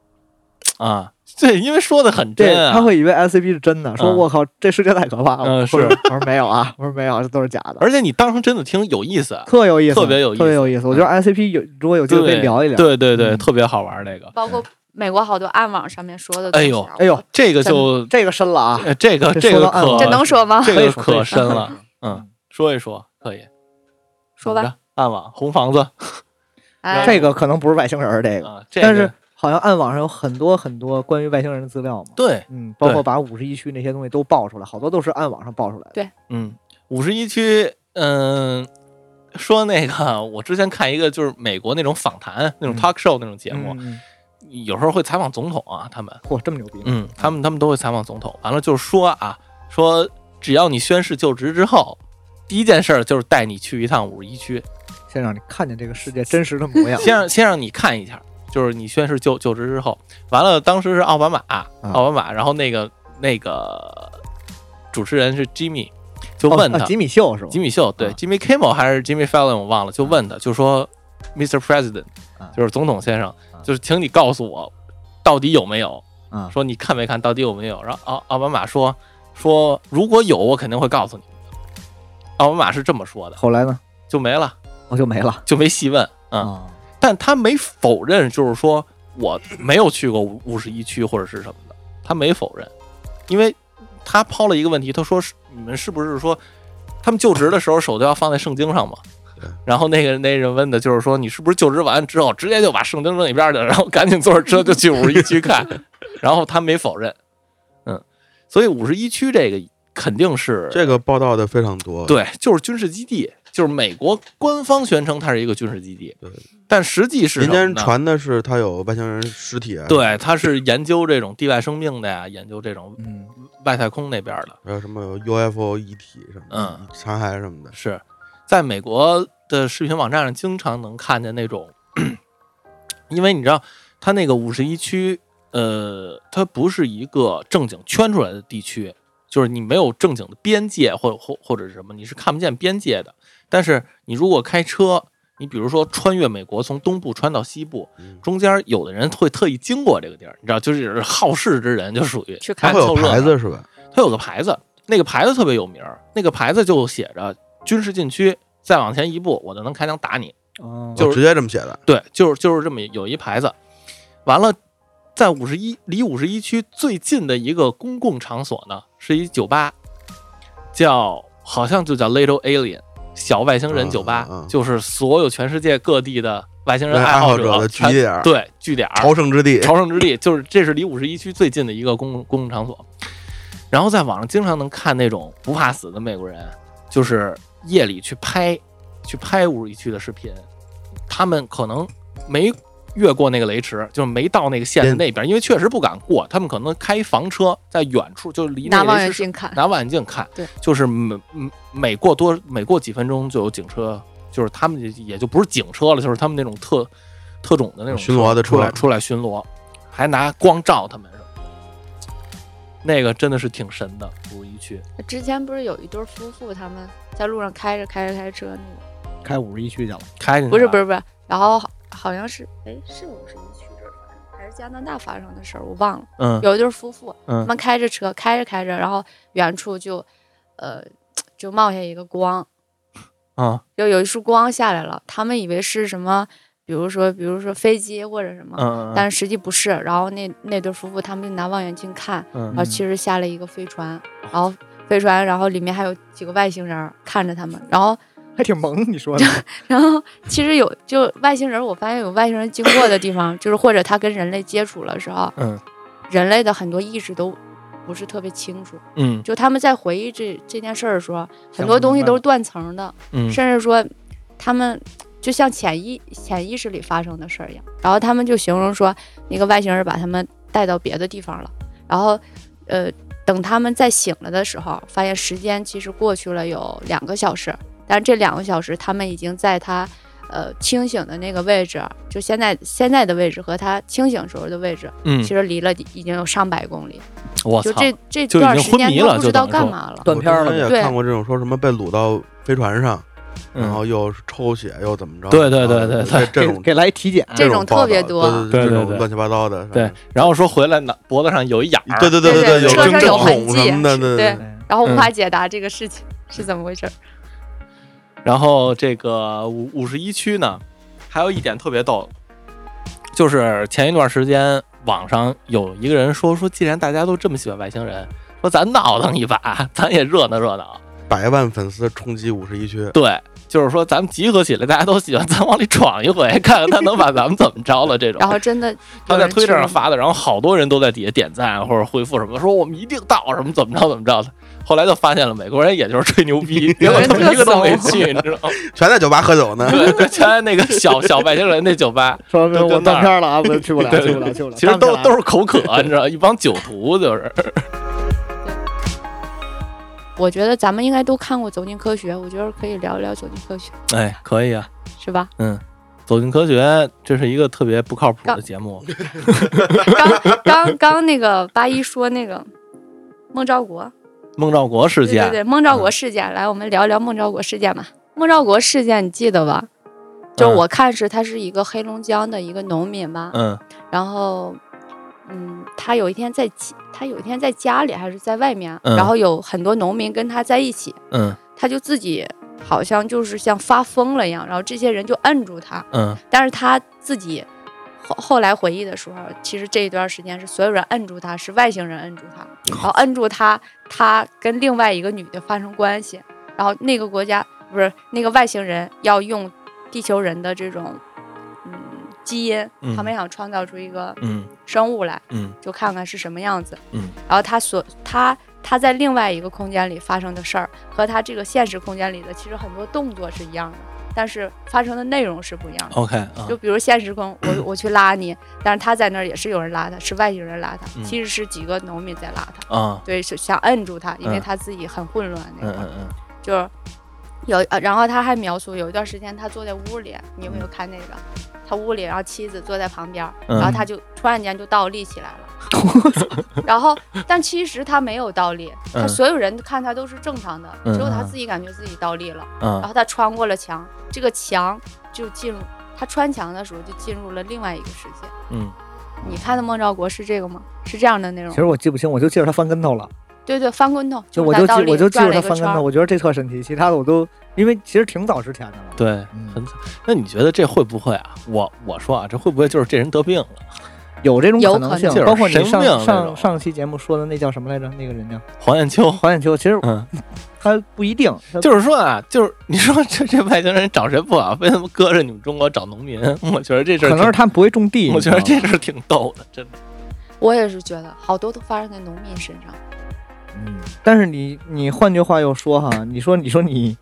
S1: 啊，对，因为说的很
S2: 对
S1: 真，啊，
S2: 他会以为 SCP 是真的，说
S1: 嗯
S2: 我靠，这世界太可怕了。
S1: 嗯
S2: 我
S1: 是
S2: 说我说没有啊，我说没有，这都是假的，
S1: 而且你当成真的听有意思，
S2: 特有意思，
S1: 特
S2: 特
S1: 别有意思嗯
S2: 特别有意思。我觉得 SCP 有如果有机会可以
S1: 对
S2: 聊一聊。
S1: 对对对，
S2: 嗯
S1: 特别好玩这个，
S4: 包括美国好多暗网上面说的东
S1: 哎
S4: 西
S1: 呦
S4: 啊，
S2: 哎呦，
S1: 这个就
S2: 这个深了啊，
S1: 呃这个
S2: 这
S1: 这
S2: 说
S1: 个
S2: 到暗网
S1: 可
S4: 这能说吗？
S1: 呃这
S2: 可
S1: 个
S2: 以说可
S1: 啊
S2: 以
S1: 可
S2: 说
S1: 深了，嗯， 说一说可以，
S4: 说
S1: 怎么
S4: 吧，
S1: 着，暗网红房子。
S4: 哎，
S2: 这个可能不是外星人儿这个，
S1: 啊，这
S2: 但
S1: 个
S2: 是好像暗网上有很多很多关于外星人的资料嘛。
S1: 对，
S2: 嗯，包括
S1: 对
S2: 把五十一区那些东西都爆出来，好多都是暗网上爆出来的。
S1: 嗯，五十一区，嗯、说那个，我之前看一个就是美国那种访谈那种
S2: 嗯
S1: talk show 那种节目，
S2: 嗯，
S1: 有时候会采访总统啊，他们，
S2: 嚯，这么牛逼！
S1: 嗯，他们他们都会采访总统，完了就是说啊，说只要你宣誓就职之后。第一件事儿就是带你去一趟五十一区，
S2: 先让你看见这个世界真实的模样。
S1: 先让先让你看一下，就是你宣誓就就职之后，完了当时是奥巴马，
S2: 啊
S1: 奥巴马，然后那个那个主持人是 Jimmy，就
S2: 哦
S1: 问他，
S2: 啊吉米秀是吧？
S1: 吉米秀对、
S2: 啊
S1: Jimmy Kimmel 还是 Jimmy Fallon 我忘了，就问他，就说 Mr. President，、
S2: 啊
S1: 就是总统先生，
S2: 啊
S1: 就是请你告诉我到底有没有，
S2: 啊，
S1: 说你看没看到底有没有？然后奥奥巴马说说如果有，我肯定会告诉你。奥巴马是这么说的，
S2: 后来呢，
S1: 就没了，
S2: 我就没了
S1: 就没细问。嗯，
S2: 啊。
S1: 但他没否认，就是说我没有去过五五十一区或者是什么的，他没否认，因为他抛了一个问题，他说是你们是不是说他们就职的时候手都要放在圣经上嘛
S3: 对。
S1: 然后那个那人问的就是说，你是不是就职完之后直接就把圣经扔一边儿去了，然后赶紧坐着车就去五十一区 看？然后他没否认，嗯，所以五十一区这个肯定是
S3: 这个报道的非常多。
S1: 对，就是军事基地，就是美国官方宣称它是一个军事基地
S3: 对，
S1: 但实际是
S3: 民
S1: 什么
S3: 间
S1: 呢
S3: 传的是他有外星人尸体，，啊
S1: 对，它是研究这种地外生命的呀，研究这种
S2: 嗯，
S1: 外太空那边的，
S3: 还有什么 UFO 遗体什么的，
S1: 嗯，
S3: 残骸什么的，
S1: 是在美国的视频网站上经常能看见那种，因为你知道它那个五十一区，呃，它不是一个正经圈出来的地区，就是你没有正经的边界或或或者是什么，你是看不见边界的。但是你如果开车，你比如说穿越美国，从东部穿到西部，
S3: 嗯
S1: 中间有的人会特意经过这个地儿，你知道，就是好事之人就属于
S4: 去看
S3: 它
S1: 爱
S3: 会有
S1: 凑热闹
S3: 牌子是吧？
S1: 它有个牌子，那个牌子特别有名儿，那个牌子就写着军事禁区，再往前一步我就能开枪打你。
S2: 哦，
S1: 就是
S3: 哦直接这么写的，
S1: 对，就是就是这么有一牌子。完了，在五十一离五十一区最近的一个公共场所呢，是一酒吧，叫好像就叫 Little Alien 小外星人酒吧，
S3: 嗯嗯嗯
S1: 就是所有全世界各地的外星人
S3: 爱
S1: 好
S3: 好者的聚集
S1: 全
S3: 点儿，
S1: 对据点儿
S3: 朝圣之地，
S1: 朝圣之地，就是这是离五十一区最近的一个公共公共场所。然后在网上经常能看那种不怕死的美国人，就是夜里去拍，去拍五十一区的视频，他们可能没越过那个雷池，就是没到那个线的那边，因为确实不敢过，他们可能开房车在远处就离那
S4: 拿
S1: 个
S4: 望
S1: 雷
S4: 远
S1: 池是
S4: 镜看，
S1: 拿望远镜看，
S4: 对，
S1: 就是每每过多每过几分钟就有警车，就是他们也也就不是警车了，就是他们那种特特种的那种
S3: 巡逻的
S1: 车出来
S3: 车
S1: 出来巡逻，还拿光照他们什么的，那个真的是挺神的五一区。
S4: 之前不是有一对儿夫妇，他们在路上开着开着开着车那个，
S2: 开五十一区去了，
S1: 开进去
S4: 不是
S1: 了
S4: 不，是不是，然后好好像是哎是五十一区这儿发生还是加拿大发生的事儿，我忘了。
S1: 嗯
S4: 有一对儿夫妇，他
S1: 嗯
S4: 们开着车开着开着，然后远处就呃就冒下一个光，
S1: 啊
S4: 就有一束光下来了，他们以为是什么，比如说比如说飞机或者什么。
S1: 嗯嗯
S4: 但实际不是，然后那那对夫妇他们就拿望远镜看，然
S1: 嗯
S4: 后其实下了一个飞船，然后飞船，然后里面还有几个外星人儿看着他们，然后
S2: 还挺萌，你说的，
S4: 然后其实有就外星人儿，我发现有外星人经过的地方，就是或者他跟人类接触了时候，
S1: 嗯
S4: 人类的很多意识都不是特别清楚，
S1: 嗯
S4: 就他们在回忆这这件事儿的时候，很多东西都是断层的，
S1: 嗯
S4: 甚至说他们就像潜意潜意识里发生的事儿一样。然后他们就形容说，那个外星人把他们带到别的地方了。然后，呃，等他们再醒了的时候，发现时间其实过去了有两个小时，但是这两个小时他们已经在他。呃，清醒的那个位置，就现在现在的位置和他清醒时候的位置，
S1: 嗯
S4: 其，实离了已经有上百公里。
S1: 我
S4: 就
S1: 操，
S4: 这这
S1: 就已
S4: 段
S1: 经
S4: 时
S1: 昏
S4: 间
S1: 迷
S4: 他
S1: 了
S4: 不
S1: 就
S4: 知道
S1: 等于
S4: 干
S1: 说
S4: 嘛了。
S2: 断片儿
S3: 我之前
S2: 了，
S3: 也
S4: 对
S3: 看过这种说什么被掳到飞船上，然
S1: 嗯
S3: 后又是抽血又怎么着？
S1: 对对对
S3: 啊
S1: 对
S3: 这这
S2: 给
S3: 种
S2: 给来体检，
S4: 这种
S3: 种
S4: 特
S3: 报道
S4: 别多
S1: 对
S3: 对
S1: 对
S3: 这种
S1: 对
S3: 乱七八糟的，
S1: 对，然后说回来呢，脖子上有一眼儿，
S3: 对对对
S4: 对
S3: 有
S4: 车
S3: 正
S4: 上
S3: 正
S4: 有痕
S3: 孔
S4: 迹
S3: 什么的，对
S4: 对
S3: 对，
S1: 嗯
S4: 然后无法解答这个事情、 是怎么回事儿。
S1: 然后这个五五十一区呢，还有一点特别逗，就是前一段时间网上有一个人说说，既然大家都这么喜欢外星人，说咱闹腾一把，咱也热闹热闹。
S3: 百万粉丝冲击五十一区，
S1: 对，就是说咱们集合起来，大家都喜欢，咱往里闯一回，看看他能把咱们怎么着了。这种，
S4: 然后真的
S1: 他
S4: 有
S1: 在
S4: 人
S1: 推特
S4: 去
S1: 上
S4: 了
S1: 发的，然后好多人都在底下点赞或者回复什么，说我们一定到什么怎么着怎么着的。后来就发现了，美国人也就是吹牛逼，结 果他们一个都没去，你知道吗？
S3: 全在酒吧喝酒呢。
S1: 对，就全在那个小小外星人那酒吧，
S2: 说明
S1: 都
S2: 我
S1: 都那儿
S2: 断片儿了啊，我去不了，
S1: 对
S2: 去不了，去不了，
S1: 其实都
S2: 干不
S1: 都
S2: 了啊
S1: 是口渴，你知道，一帮酒徒就是。
S4: 我觉得咱们应该都看过《走进科学》，我觉得可以聊一聊《走进科学
S1: 哎，可以啊，》，
S4: 是吧？
S1: 走进科学，这是一个特别不靠谱的节目。
S4: 刚刚刚那个八一说那个孟兆国
S1: 孟兆国事
S4: 对对
S1: 件，嗯
S4: 对，孟兆国事件，来我们聊一聊孟兆国事件吧。孟兆国事件你记得吧？就
S1: 嗯
S4: 我看是他是一个黑龙江的一个农民吧，
S1: 嗯
S4: 然后，嗯，他有一天在家他有一天在家里还是在外面，
S1: 嗯
S4: 然后有很多农民跟他在一起，
S1: 嗯
S4: 他就自己好像就是像发疯了一样，然后这些人就摁住他，
S1: 嗯
S4: 但是他自己后后来回忆的时候，其实这一段时间是所有人摁住他，是外星人摁住他，然后摁住他，他跟另外一个女的发生关系，然后那个国家不是那个外星人要用地球人的这种嗯基因，
S1: 嗯
S4: 他们想创造出一个
S1: 嗯
S4: 生物来，
S1: 嗯
S4: 就看看是什么样子。
S1: 嗯，
S4: 然后他所他他在另外一个空间里发生的事儿和他这个现实空间里的其实很多动作是一样的，但是发生的内容是不一样的。
S1: ，OK 啊
S4: 就，比如现实中，我我去拉你，但是他在那儿也是有人拉他，是外星人拉他，
S1: 嗯
S4: 其实是几个农民在拉他，
S1: 啊，
S4: 对，是想摁住他，因为
S1: 嗯
S4: 他自己很混乱
S1: 嗯
S4: 那会儿，
S1: 嗯
S4: 就是有，呃然后他还描述有一段时间他坐在屋里，你有
S2: 嗯
S4: 没有看那个？他屋里，然后妻子坐在旁边，
S1: 嗯
S4: 然后他就突然间就倒立起来了， 然后但其实他没有倒立，他
S1: 嗯
S4: 所有人看他都是正常的，
S1: 嗯
S4: 只有他
S1: 嗯
S4: 自己感觉自己倒立了。
S1: 嗯嗯
S4: 然后他穿过了墙，这个墙就进入他穿墙的时候就进入了另外一个世界。
S1: 嗯，
S4: 你看的《梦兆国》是这个吗？是这样的内容
S2: 其。实我记不清，我就记着他翻跟头了，
S4: 对对，翻跟头，
S2: 就是我
S4: 在
S2: 就
S4: 道
S2: 记
S4: 里
S2: 我就记
S4: 转
S2: 着
S4: 了
S2: 他
S4: 一个
S2: 翻跟
S4: 圈
S2: 头，
S4: 儿。
S2: 我觉得这特神奇，其他的我都因为其实挺早之前的了。
S1: 对，
S2: 嗯
S1: 很惨。那你觉得这会不会啊？我我说啊，这会不会就是这人得病了，
S2: 有这种
S4: 有
S2: 可能
S4: 可
S2: 性
S4: 能，
S2: 包括
S1: 神
S2: 你
S1: 经
S2: 上
S1: 病那种
S2: 上上期节目说的那叫什么来着？那个人叫
S1: 黄艳秋？
S2: 黄远秋，其实
S1: 嗯，
S2: 他不一定，他
S1: 就是说啊，就是你说这这外星人找谁不好，非他妈搁着你们中国找农民，我觉得这事儿
S2: 可能是
S1: 挺，
S2: 嗯他们不会种地。
S1: 我觉得
S2: 你知道
S1: 这
S2: 吗
S1: 事儿挺逗的，真的。
S4: 我也是觉得好多都发生在农民身上。
S2: 嗯，但是你你换句话又说哈，你说你说你，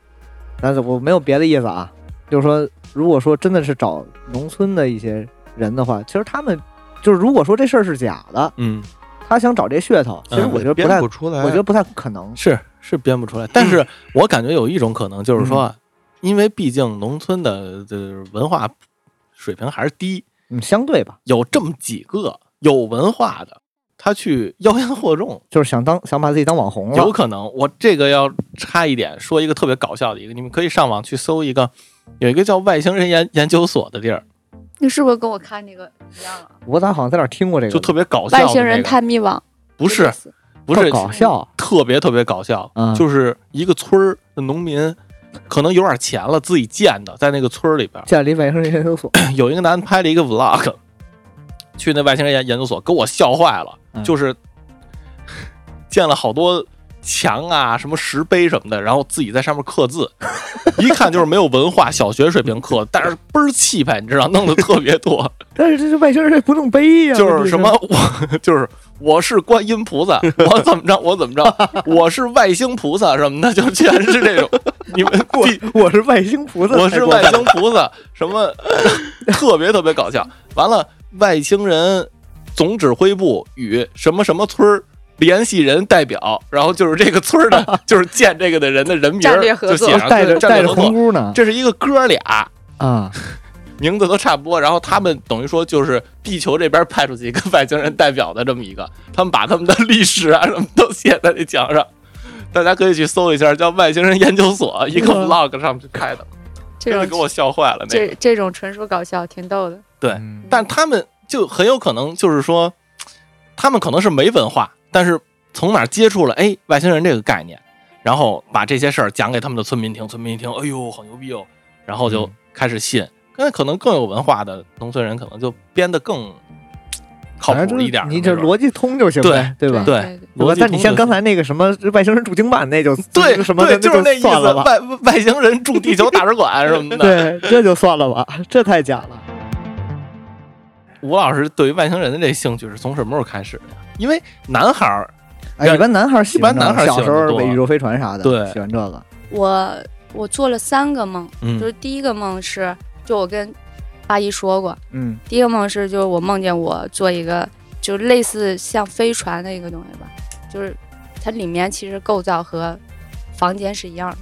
S2: 但是我没有别的意思啊，就是说，如果说真的是找农村的一些人的话，其实他们就是如果说这事儿是假的，
S1: 嗯，
S2: 他想找这噱头，其实
S1: 嗯
S2: 我觉得不
S3: 编
S2: 太，
S3: 不出来。
S2: 我觉得不太可能。
S1: 是是编不出来，但
S2: 嗯
S1: 是我感觉有一种可能就是说啊，因为毕竟农村的就是文化水平还是低，
S2: 嗯，相对吧，
S1: 有这么几个有文化的，他去妖言惑众，
S2: 就是想当想把自己当网红了。
S1: 有可能。我这个要插一点，说一个特别搞笑的一个，你们可以上网去搜一个，有一个叫外星人研研究所的地儿，
S4: 你是不是跟我看这个一样啊？
S2: 我咋好像在哪儿听过这个？
S1: 就特别搞笑的那
S4: 外
S1: 个。
S4: 星人探秘网
S1: 不
S4: 这个
S1: 是
S4: 词
S1: 不是嗯
S2: 搞笑，
S1: 特别特别搞笑，
S2: 嗯
S1: 就是一个村儿的农民。可能有点钱了，自己建的，在那个村儿里边，
S2: 建立外星人研究所。
S1: 有一个男的拍了一个 vlog，去那外星人研研究所，给我笑坏了，
S2: 嗯
S1: 就是建了好多墙啊、什么石碑什么的，然后自己在上面刻字，一看就是没有文化，小学水平刻，但是倍儿气派，你知道，弄得特别多，
S2: 但是这是外星人不弄碑呀、
S1: 就是什么我就是我是观音菩萨，我怎么着我怎么着，我是外星菩萨什么的，就全是这种，你们
S2: 我
S1: 地
S2: 我是外星菩萨，
S1: 我是外星菩萨，什么特别特别搞笑。完了，外星人总指挥部与什么什么村儿联系人代表，然后就是这个村儿的，就是建这个的人的人名儿，
S4: 战略合作
S1: 就写上
S2: 哦带
S1: 对
S2: 着
S1: 战
S2: 带
S1: 略
S2: 着
S1: 合作。
S2: 红箍呢
S1: 这是一个哥俩，
S2: 啊，
S1: 名字都差不多，然后他们等于说就是地球这边派出去一个外星人代表的这么一个，他们把他们的历史啊什么都写在那墙上，大家可以去搜一下，叫外星人研究所，一个
S2: 嗯
S1: vlog 上去拍的，
S4: 这
S1: 真是
S4: 种
S1: 给我笑坏了。那个
S4: 这这种纯属搞笑，挺逗的。
S1: 对
S2: 嗯
S1: 但他们就很有可能就是说，他们可能是没文化，但是从哪儿接触了哎外星人这个概念，然后把这些事儿讲给他们的村民听，村民一听，哎呦，好牛逼哦，然后就
S2: 嗯
S1: 开始信。那、可能更有文化的农村人，可能就编得更嘖靠
S2: 反正
S1: 谱
S2: 就是
S1: 一点儿。
S2: 你这
S1: 没准儿
S2: 逻辑通就行呗，对吧？
S1: 对
S4: 对
S2: 对吧
S1: 逻辑
S2: 但你
S1: 通
S2: 像
S1: 就
S2: 刚
S1: 行
S2: 才那个什么外星人驻京办，那就
S1: 对
S2: 什么
S1: 对，
S2: 的
S1: 就是那意思，
S2: 算了吧。
S1: 外外星人住地球大使馆什么的。
S2: 对，这就算了吧，这太假 了。
S1: 吴老师对于外星人的这兴趣是从什么时候开始的呀？因为男孩儿，
S2: 哎，一般男孩儿喜欢这个
S1: 一般男孩儿喜
S2: 小
S1: 欢
S2: 时
S1: 得
S2: 候
S1: 多
S2: 宇宙飞船啥的，
S1: 对
S2: 喜欢这个。
S4: 我我做了三个梦，
S1: 嗯
S4: 就是第一个梦是，就我跟八一说过，
S2: 嗯
S4: 第一个梦是就是我梦见我做一个就是类似像飞船的一个东西吧，就是它里面其实构造和房间是一样的，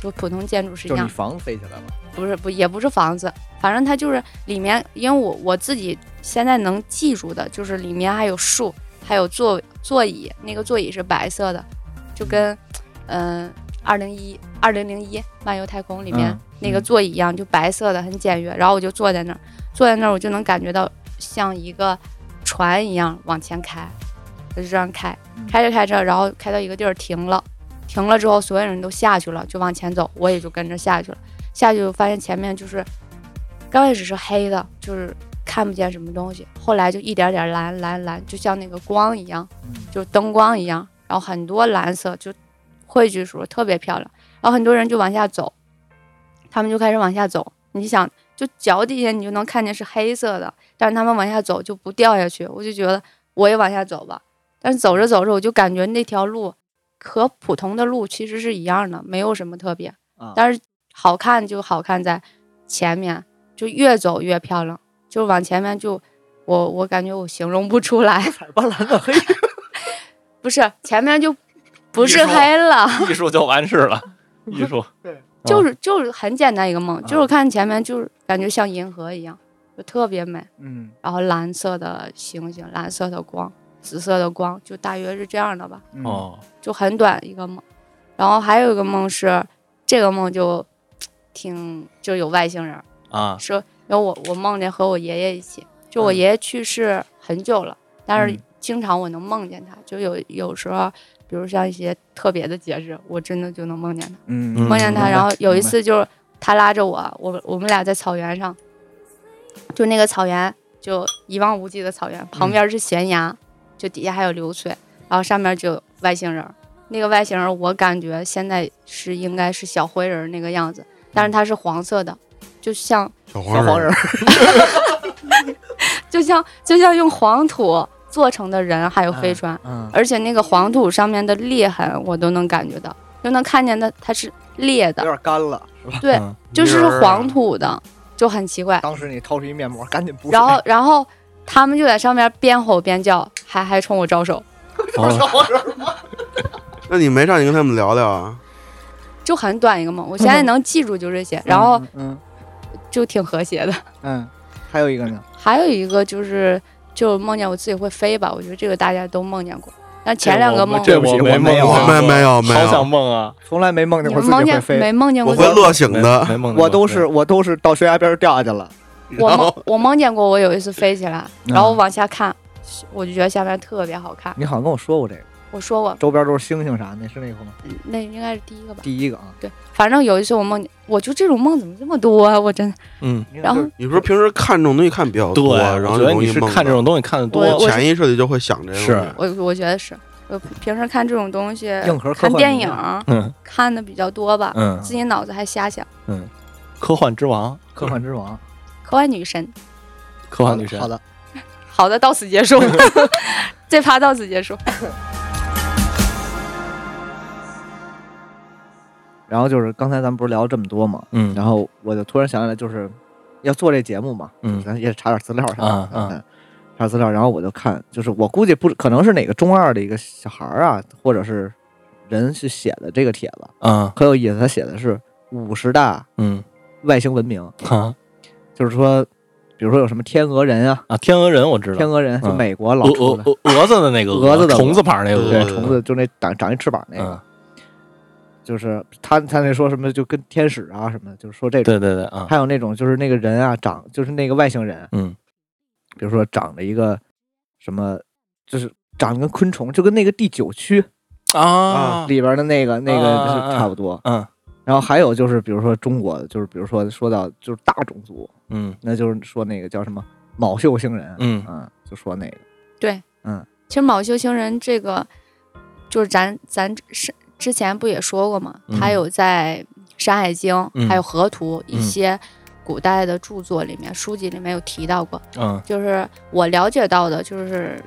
S4: 就普通建筑是一样的，
S2: 房飞起来了，
S4: 不是不也不是房子，反正它就是里面，因为我我自己现在能记住的就是里面还有树，还有座座椅，那个座椅是白色的，就跟嗯二零一二零零一漫游太空里面
S2: 嗯
S4: 那个座椅一样，就白色的，很简约。然后我就坐在那儿，坐在那儿我就能感觉到像一个船一样往前开，我就这样开，
S2: 嗯
S4: 开着开着，然后开到一个地儿停了，停了之后所有人都下去了，就往前走，我也就跟着下去了。下去我发现前面就是刚开始是黑的，就是看不见什么东西，后来就一点点蓝蓝蓝，就像那个光一样，
S2: 嗯
S4: 就灯光一样，然后很多蓝色，就汇聚时候特别漂亮。然后很多人就往下走，他们就开始往下走。你想，就脚底下你就能看见是黑色的，但是他们往下走就不掉下去。我就觉得我也往下走吧，但是走着走着我就感觉那条路和普通的路其实是一样的，没有什么特别。
S2: 啊，
S4: 但是好看就好看在前面，就越走越漂亮，就往前面就我我感觉我形容不出来，
S2: 彩斑斓的黑，
S4: 不是前面就不
S1: 艺
S4: 是
S1: 术
S4: 黑了，
S1: 艺术就完事 了，艺术
S2: 嗯
S4: 就是就是很简单一个梦，
S2: 啊
S4: 就是看前面就是感觉像银河一样，就特别美，
S2: 嗯，
S4: 然后蓝色的星星，蓝色的光，紫色的光，就大约是这样的吧。
S2: 嗯，
S1: 哦，
S4: 就很短一个梦。然后还有一个梦是，这个梦就挺就有外星人，
S1: 啊，
S4: 是因为我我梦见和我爷爷一起，就我
S2: 嗯
S4: 爷爷去世很久了，但是
S2: 嗯
S4: 经常我能梦见他，就有有时候，比如像一些特别的节日，我真的就能梦见他，
S2: 嗯，
S1: 嗯
S4: 梦见他。
S2: 明白
S4: 然后有一
S2: 明白
S4: 次就是他拉着我，我我们俩在草原上，就那个草原就一望无际的草原，
S2: 嗯
S4: 旁边是悬崖，就底下还有流水，然后上面就有外星人儿。那个外星人儿，我感觉现在是应该是小灰人儿那个样子，但是它是黄色的，就像
S3: 小
S2: 小黄人
S3: 人
S2: 儿，
S4: 就像就像用黄土做成的人，还有飞船，
S2: 嗯，
S4: 而且那个黄土上面的裂痕我都能感觉到，就能看见它它是裂
S2: 有
S4: 的，
S2: 点干了，是吧？
S4: 对，
S1: 嗯
S4: 就是
S3: 泥儿啊
S4: 黄土的，就很奇怪。
S2: 当时你掏出一面膜，赶紧补水。
S4: 然后然后他们就在上面边吼边叫，还还冲我招手，
S1: 哦
S3: 那你没上去跟他们聊聊啊？
S4: 就很短一个梦，我现在能记住就这些，然后
S2: 嗯，嗯
S4: 就挺和谐的。
S2: 嗯，还有一个呢，
S4: 还有一个就是，就梦见我自己会飞吧，我觉得这个大家都梦见过。但前两个梦，
S1: 这我没梦见过，
S3: 我们没有没有
S1: 好想梦啊！
S2: 从来没梦见
S4: 你
S2: 过
S4: 们
S2: 自己
S4: 梦
S2: 会
S4: 见
S2: 飞，
S4: 没梦见
S3: 我
S4: 过
S3: 会
S4: 自己？
S3: 乐醒的，
S1: 没梦见过，
S2: 我都是我都是到悬崖边儿掉下去了。
S4: 我
S3: 然后
S4: 梦我梦见过，我有一次飞起来，
S2: 嗯
S4: 然后我往下看，我就觉得下面特别好看。
S2: 你好像跟我说过这个，
S4: 我说我嗯
S2: 周边都是星星啥的，那是那个吗？
S4: 那应该是第一个吧，
S2: 第一个啊，
S4: 对，反正有一次我梦见，我就这种梦怎么这么多啊？我真的，
S1: 嗯，
S2: 你看
S4: 然后
S2: 就是
S3: 你说平时看这种东西看比较
S1: 对，
S3: 多，然
S1: 我觉
S3: 后就
S1: 得
S3: 容
S1: 你
S3: 易
S1: 是
S3: 梦
S1: 看这
S3: 到
S1: 种东西看的多，
S4: 我
S3: 潜意识里就会想这个。
S1: 是
S4: 我我觉得是我平时看这种东西
S2: 硬核，科
S4: 看
S2: 幻
S4: 电
S2: 迷
S4: 影
S1: 嗯
S4: 看的比较多吧，
S1: 嗯，
S4: 自己脑子还瞎想。
S1: 科幻之王，
S2: 科幻之王，
S4: 科幻女神，
S1: 科幻女神
S2: 好，的，
S4: 好的，到此结束，
S1: 嗯
S4: 这趴到此结束。
S2: 然后就是刚才咱们不是聊了这么多嘛，
S1: 嗯，
S2: 然后我就突然想起来，就是要做这节目嘛，
S1: 嗯
S2: 咱也查点资料啥的，
S1: 啊啊
S2: 嗯查点资料，然后我就看，就是我估计不可能是哪个中二的一个小孩儿啊，或者是人去写的这个帖子，
S1: 嗯
S2: 很有意思，他写的是五十大
S1: 嗯
S2: 外星文明，
S1: 啊
S2: 就是说，比如说有什么天鹅人啊，
S1: 啊，天鹅人我知道
S2: 天，鹅人就
S1: 嗯
S2: 美国老
S1: 鹅
S2: 出
S1: 鹅
S2: 的，
S1: 鹅蛾子的那个
S2: 蛾子的
S1: 虫字旁那个
S3: 鹅
S1: 蛾，
S2: 对，
S3: 对
S2: 虫子就那长长一翅膀那个
S1: 嗯，，
S2: 就是他他那说什么就跟天使啊什么的，就是说这
S1: 对
S2: 种。
S1: 对对啊，
S2: 还有那种就是那个人啊，长就是那个外星人，
S1: 嗯，
S2: 比如说长着一个什么，就是长得跟昆虫，就跟那个第九区
S1: 啊，
S2: 里边的那个、那
S1: 啊啊
S2: 个
S1: 啊
S2: 是差不多。
S1: 嗯
S2: 然后还有就是，比如说中国的，就是比如说说到就是大种族，
S1: 嗯
S2: 那就是说那个叫什么卯宿星人，
S1: 嗯
S2: 嗯，就说那个，
S4: 其实卯宿星人这个，就是咱咱是之前不也说过吗？
S1: 嗯
S4: 他有在《山海经》
S1: 嗯
S4: 还有《河图》
S1: 嗯
S4: 一些古代的著作里面、书籍里面有提到过。
S1: 嗯
S4: 就是我了解到的，就是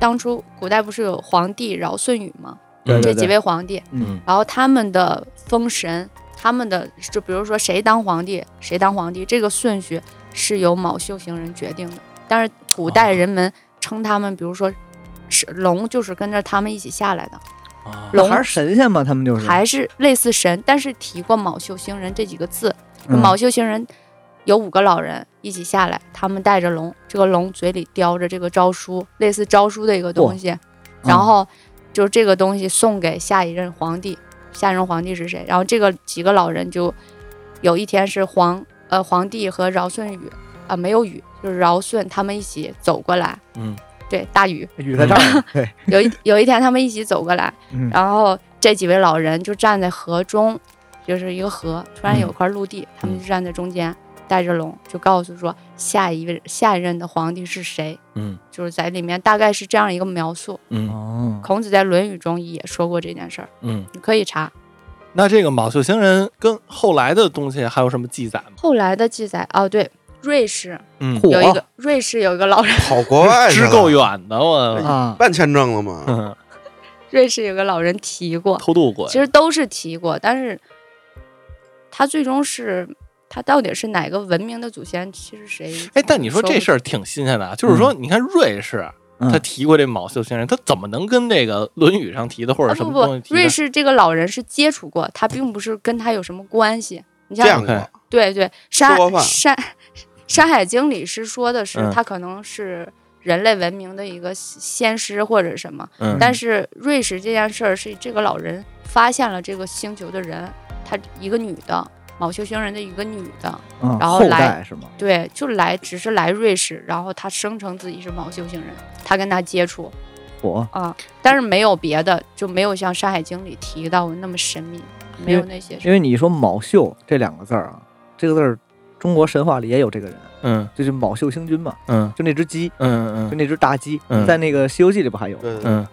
S4: 当初古代不是有皇帝尧舜禹吗？
S1: 对
S4: 这几位皇帝，
S1: 嗯
S4: 然后他们的封神，他们的就比如说谁当皇帝，谁当皇帝，这个顺序是由卯宿星人决定的。但是古代人们称他们，比如说是龙，就是跟着他们一起下来的，
S1: 啊
S4: 龙
S2: 还是神仙嘛，他们就是
S4: 还是类似神，但是提过卯宿星人这几个字。
S2: 嗯
S4: 卯宿星人有五个老人一起下来，他们带着龙，这个龙嘴里叼着这个诏书，类似诏书的一个东西，然后就这个东西送给下一任皇帝，下一任皇帝是谁？然后这个几个老人就有一天是皇呃皇帝和尧舜禹啊、没有禹，就是尧舜他们一起走过来，
S1: 嗯
S4: 对大禹
S2: 雨嗯在这儿，对，
S4: 有一有一天他们一起走过来，
S2: 嗯
S4: 然后这几位老
S1: 嗯
S4: 人就站在河中，就是一个河，突然有块陆地，他们就站在中间，带着龙，就告诉说下一位下一任的皇帝是谁，
S1: 嗯
S4: 就是在里面大概是这样一个描述。
S1: 嗯
S2: 哦，
S4: 孔子在《论语》中也说过这件事儿，
S1: 嗯。
S4: 你可以查。
S1: 那这个卯宿星人跟后来的东西还有什么记载吗？
S4: 后来的记载，哦，对，瑞士
S1: 嗯，
S2: 嚯
S4: 有一个瑞士有一个老人，
S3: 跑国外去
S1: 知
S3: 了
S1: 够远的我，
S2: 啊，
S3: 办签证了吗？
S1: 嗯
S4: 瑞士有个老人提过，
S1: 偷渡过
S4: 其
S1: 呀。
S4: 实都是提过，但是他最终是他到底是哪个文明的祖先，其实谁？
S1: 哎，但你说这事
S4: 儿，
S1: 儿挺新鲜的啊，就是说，你看瑞士，
S2: 嗯
S1: 他提过这卯宿星人，他怎么能跟这个《论语》上提的或者
S4: 啊
S1: 什
S4: 不
S1: 么东西
S4: 不，
S1: 提的
S4: 瑞士这个老人是接触过，他并不是跟他有什么关系。你
S3: 这样
S4: 像
S1: ，OK
S3: 吧，
S4: 对对，山
S3: 过饭
S4: 山山海经里是说的是
S1: 嗯
S4: 他可能是人类文明的一个先师或者什么，
S1: 嗯
S4: 但是瑞士这件事儿是这个老人发现了这个星球的人，她一个女的，毛球星人的一个女的，
S2: 嗯
S4: 然后
S2: 后
S4: 来
S2: 代是吗？
S4: 对，就来只是来瑞士，然后她声称自己是毛球星人，她跟他接触
S2: 我
S4: 啊，但是没有别的，就没有像《山海经》里提到的那么神秘，没有那些
S2: 因为你说“卯秀”这两个字儿啊，这个字儿中国神话里也有这个人，
S1: 嗯
S2: 就是卯秀星君嘛，
S1: 嗯
S2: 就那只鸡，
S1: 嗯
S2: 就
S1: 嗯
S2: 那只大鸡，
S1: 嗯
S2: 在那个《西游记》里不还有？
S3: 对，
S1: 嗯，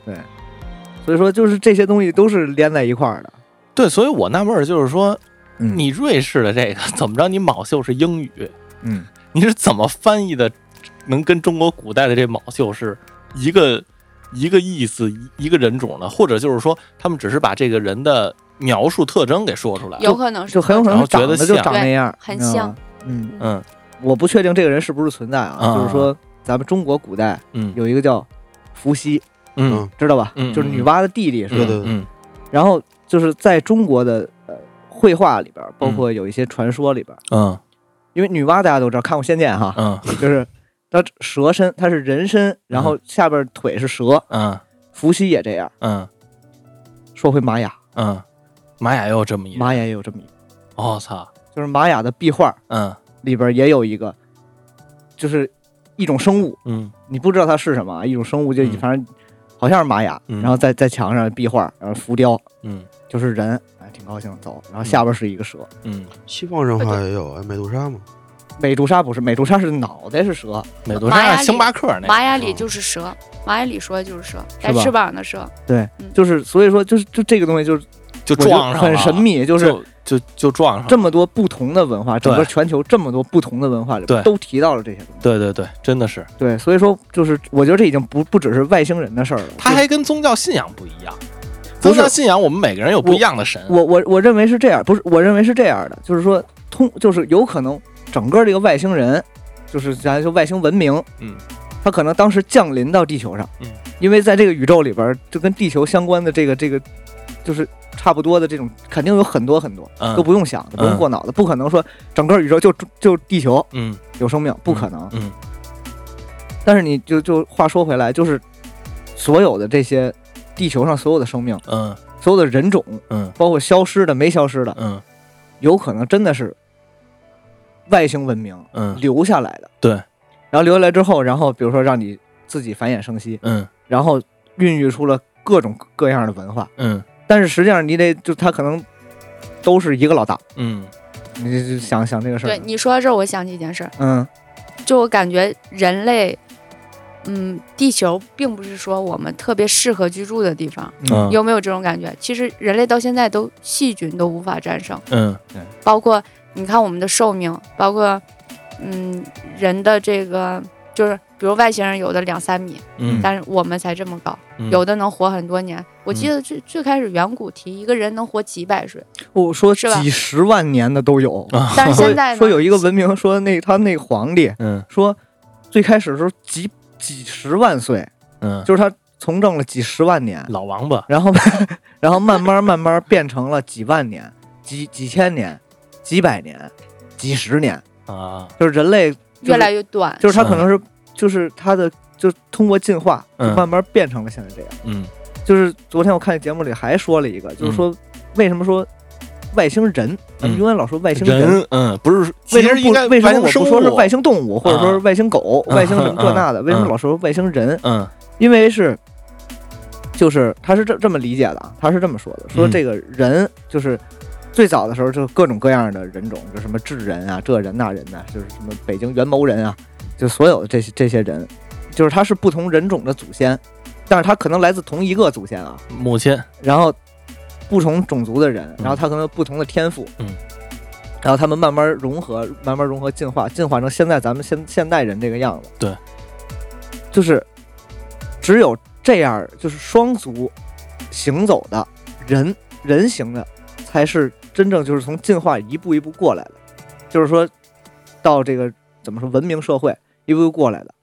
S2: 所以说就是这些东西都是连在一块儿的。
S1: 对，所以我纳闷儿就是说，
S2: 嗯
S1: 你瑞士的这个怎么着？你卯秀是英语，
S2: 嗯，
S1: 你是怎么翻译的？能跟中国古代的这卯秀是一个一个意思一一个人种的，或者就是说，他们只是把这个人的描述特征给说出来了。
S4: 有可能是
S2: 就很有可
S1: 然后
S2: 能
S1: 觉
S2: 长
S1: 得
S2: 得就
S1: 像
S2: 长那
S4: 对
S2: 样儿，
S4: 很
S2: 你知道
S4: 像
S2: 吗。嗯，
S1: 嗯
S2: 我不确定这个人是不是存在啊，
S1: 啊
S2: 就是说咱们中国古代
S1: 嗯
S2: 有一个叫伏羲，
S1: 嗯
S2: 知道吧？
S1: 嗯
S2: 就是女娲的弟弟，是吧？
S3: 对对对
S1: 嗯
S2: 然后就是在中国的呃绘画里边儿，包括有一些传说里边儿，
S1: 嗯
S2: 因为女娲大家都知道看过《仙剑》哈，
S1: 嗯
S2: 就是她蛇身，她是人身，然后下边儿腿是蛇。
S1: 嗯
S2: 伏羲也这样。
S1: 嗯
S2: 说回玛雅，
S1: 嗯，玛雅也有这么一，
S2: 玛雅也有这么一，
S1: 我操，
S2: 就是玛雅的壁画
S1: 嗯
S2: 里边儿也有一个，就是一种生物，
S1: 嗯
S2: 你不知道它是什么啊，一种生物就
S1: 嗯
S2: 反正好像是玛雅，
S1: 嗯
S2: 然后在在墙上壁画，然后浮雕
S1: 嗯
S2: 就是人，哎，挺高兴走，然后下边是一个蛇。
S1: 嗯，
S3: 西方神话也有，哎，美杜莎嘛，
S2: 美杜莎不是，美杜莎是脑袋是蛇，
S1: 美杜
S4: 玛
S1: 莎
S4: 雅
S1: 是
S4: 里
S1: 星巴克那个，
S4: 玛雅里就是蛇，玛雅里说的就是蛇，带
S2: 是吧
S4: 翅膀的蛇。
S2: 就是所以说就是就这个东西就是
S1: 就
S2: 我觉
S1: 撞
S2: 得
S1: 上
S2: 很
S1: 了
S2: 神，秘，就是
S1: 就就就撞上了，
S2: 这么多不同的文化，整个
S1: 啊对
S2: 全球这么多不同的文化里
S1: 对
S2: 都提到了这些东西。
S1: 对对对，真的是，
S2: 对，所以说就是我觉得这已经不不只是外星人的事儿了，
S1: 它
S2: 就
S1: 还跟宗教信仰不一样。
S2: 不
S1: 宗
S2: 是
S1: 教信仰，我们每个人有不一样的神。
S2: 我我我认为是这样，不是我认为是这样的，就是说通就是有可能整个这个外星人，就是咱就外星文明，
S1: 嗯，
S2: 他可能当时降临到地球上，
S1: 嗯，
S2: 因为在这个宇宙里边儿，就跟地球相关的这个这个，就是差不多的这种，肯定有很多很多，
S1: 嗯
S2: 都不用想的，
S1: 嗯
S2: 不用过脑子，不可能说整个宇宙就就地球
S1: 嗯
S2: 有生命，不可能。
S1: 嗯
S2: 但是你就就话说回来，就是所有的这些地球上所有的生命，
S1: 嗯
S2: 所有的人种，
S1: 嗯
S2: 包括消失的、没消失的，
S1: 嗯
S2: 有可能真的是外星文明
S1: 嗯
S2: 留下来的。
S1: 对
S2: 然后留下来之后，然后比如说让你自己繁衍生息，
S1: 嗯
S2: 然后孕育出了各种各样的文化。
S1: 嗯
S2: 但是实际上，你得就他可能都是一个老大，
S1: 嗯
S2: 你就就想想这个事
S4: 对
S2: 儿。
S4: 你说到这儿，我想起一件事儿，
S2: 嗯
S4: 就我感觉人类，嗯，地球并不是说我们特别适合居住的地方，
S1: 嗯
S4: 有没有这种感觉？其实人类到现在都细菌都无法战胜，
S1: 嗯
S4: 包括你看我们的寿命，包括嗯人的这个就是，比如外星人有的两三米，
S1: 嗯，
S4: 但是我们才这么高，
S1: 嗯
S4: 有的能活很多年。我
S1: 嗯
S4: 记得最最开始远古提一个人能活几 百岁，
S2: 我说
S4: 是吧
S2: 几十万年的都有。
S1: 啊
S4: 但是
S2: 说
S4: 现在呢
S2: 说有一个文明说那他那个皇帝
S1: 嗯
S2: 说，最开始的时候几几十万岁，
S1: 嗯，
S2: 就是他从政了几十万年，
S1: 老王八，
S2: 然后 然后慢慢慢慢变成了几万年、几几千年、几百年、几十年，
S1: 啊，
S2: 就是人类就是
S4: 越来越短，
S2: 就是他可能是就是他的就通过进化就
S1: 嗯
S2: 慢慢变成了现在这样。
S1: 嗯
S2: 就是昨天我看节目里还说了一个，就是说为什么说外星人，咱们
S1: 嗯
S2: 永远老说外星人。
S1: 人，嗯，不是，其
S2: 为什
S1: 实应
S2: 么
S1: 该
S2: 不？为什么
S1: 外
S2: 我
S1: 星生
S2: 不
S1: 物
S2: 说是外星动物，或者说是外星狗、
S1: 嗯
S2: 外星人这那的？
S1: 嗯
S2: 为什么
S1: 嗯
S2: 老说外星人？
S1: 嗯
S2: 因为是，就是他是这这么理解的啊，他是这么说的，说
S1: 嗯
S2: 这个人就是最早的时候就各种各样的人种，就什么智人啊，这人那人呐、就是什么北京元谋人啊，就所有的这些这些人，就是他是不同人种的祖先，但是他可能来自同一个祖先啊，
S1: 母亲，
S2: 然后不同种族的人，然后他可能有不同的天赋，
S1: 嗯，
S2: 然后他们慢慢融合，慢慢融合进化，进化成现在咱们现现代人这个样子，
S1: 对，
S2: 就是只有这样，就是双足行走的人人形的，才是真正就是从进化一步一步过来的，就是说到这个怎么说文明社会一步一步过来的，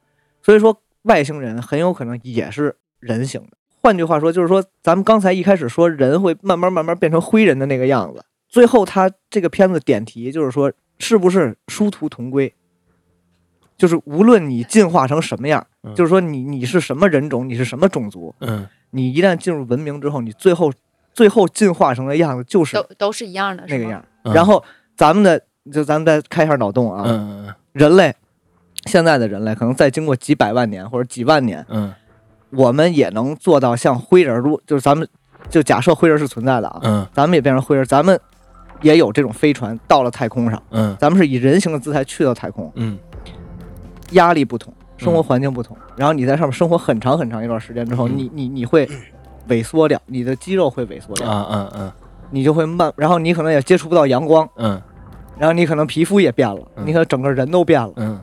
S2: 所以说外星人很有可能也是人形的。换句话说，就是说咱们刚才一开始说人会慢慢慢慢变成灰人的那个样子，最后他这个片子点题就是说是不是殊途同归，就是无论你进化成什么样，
S1: 嗯
S2: 就是说你你是什么人种，你是什么种族，
S1: 嗯，
S2: 你一旦进入文明之后，你最后最后进化成的样子就是
S4: 都都是一样的，是
S2: 那个
S4: 吗
S2: 样。
S1: 嗯
S2: 然，后咱们的就咱们再开一下脑洞啊，
S1: 嗯嗯
S2: 人类现在的人类可能再经过几百万年或者几万年，
S1: 嗯
S2: 我们也能做到像灰人，如就是咱们就假设灰人是存在的啊，
S1: 嗯
S2: 咱们也变成灰人，咱们也有这种飞船到了太空上，
S1: 嗯
S2: 咱们是以人形的姿态去到太空，
S1: 嗯
S2: 压力不同，生活环境不同，然后你在上面生活很长很长一段时间之后，
S1: 嗯
S2: 你你你会萎缩掉，你的肌肉会萎缩
S1: 嗯
S2: 掉，
S1: 啊嗯
S2: 你就会慢，然后你可能也接触不到阳光，
S1: 嗯
S2: 然后你可能皮肤也变了，
S1: 嗯
S2: 你可能整个人都变了。
S1: 嗯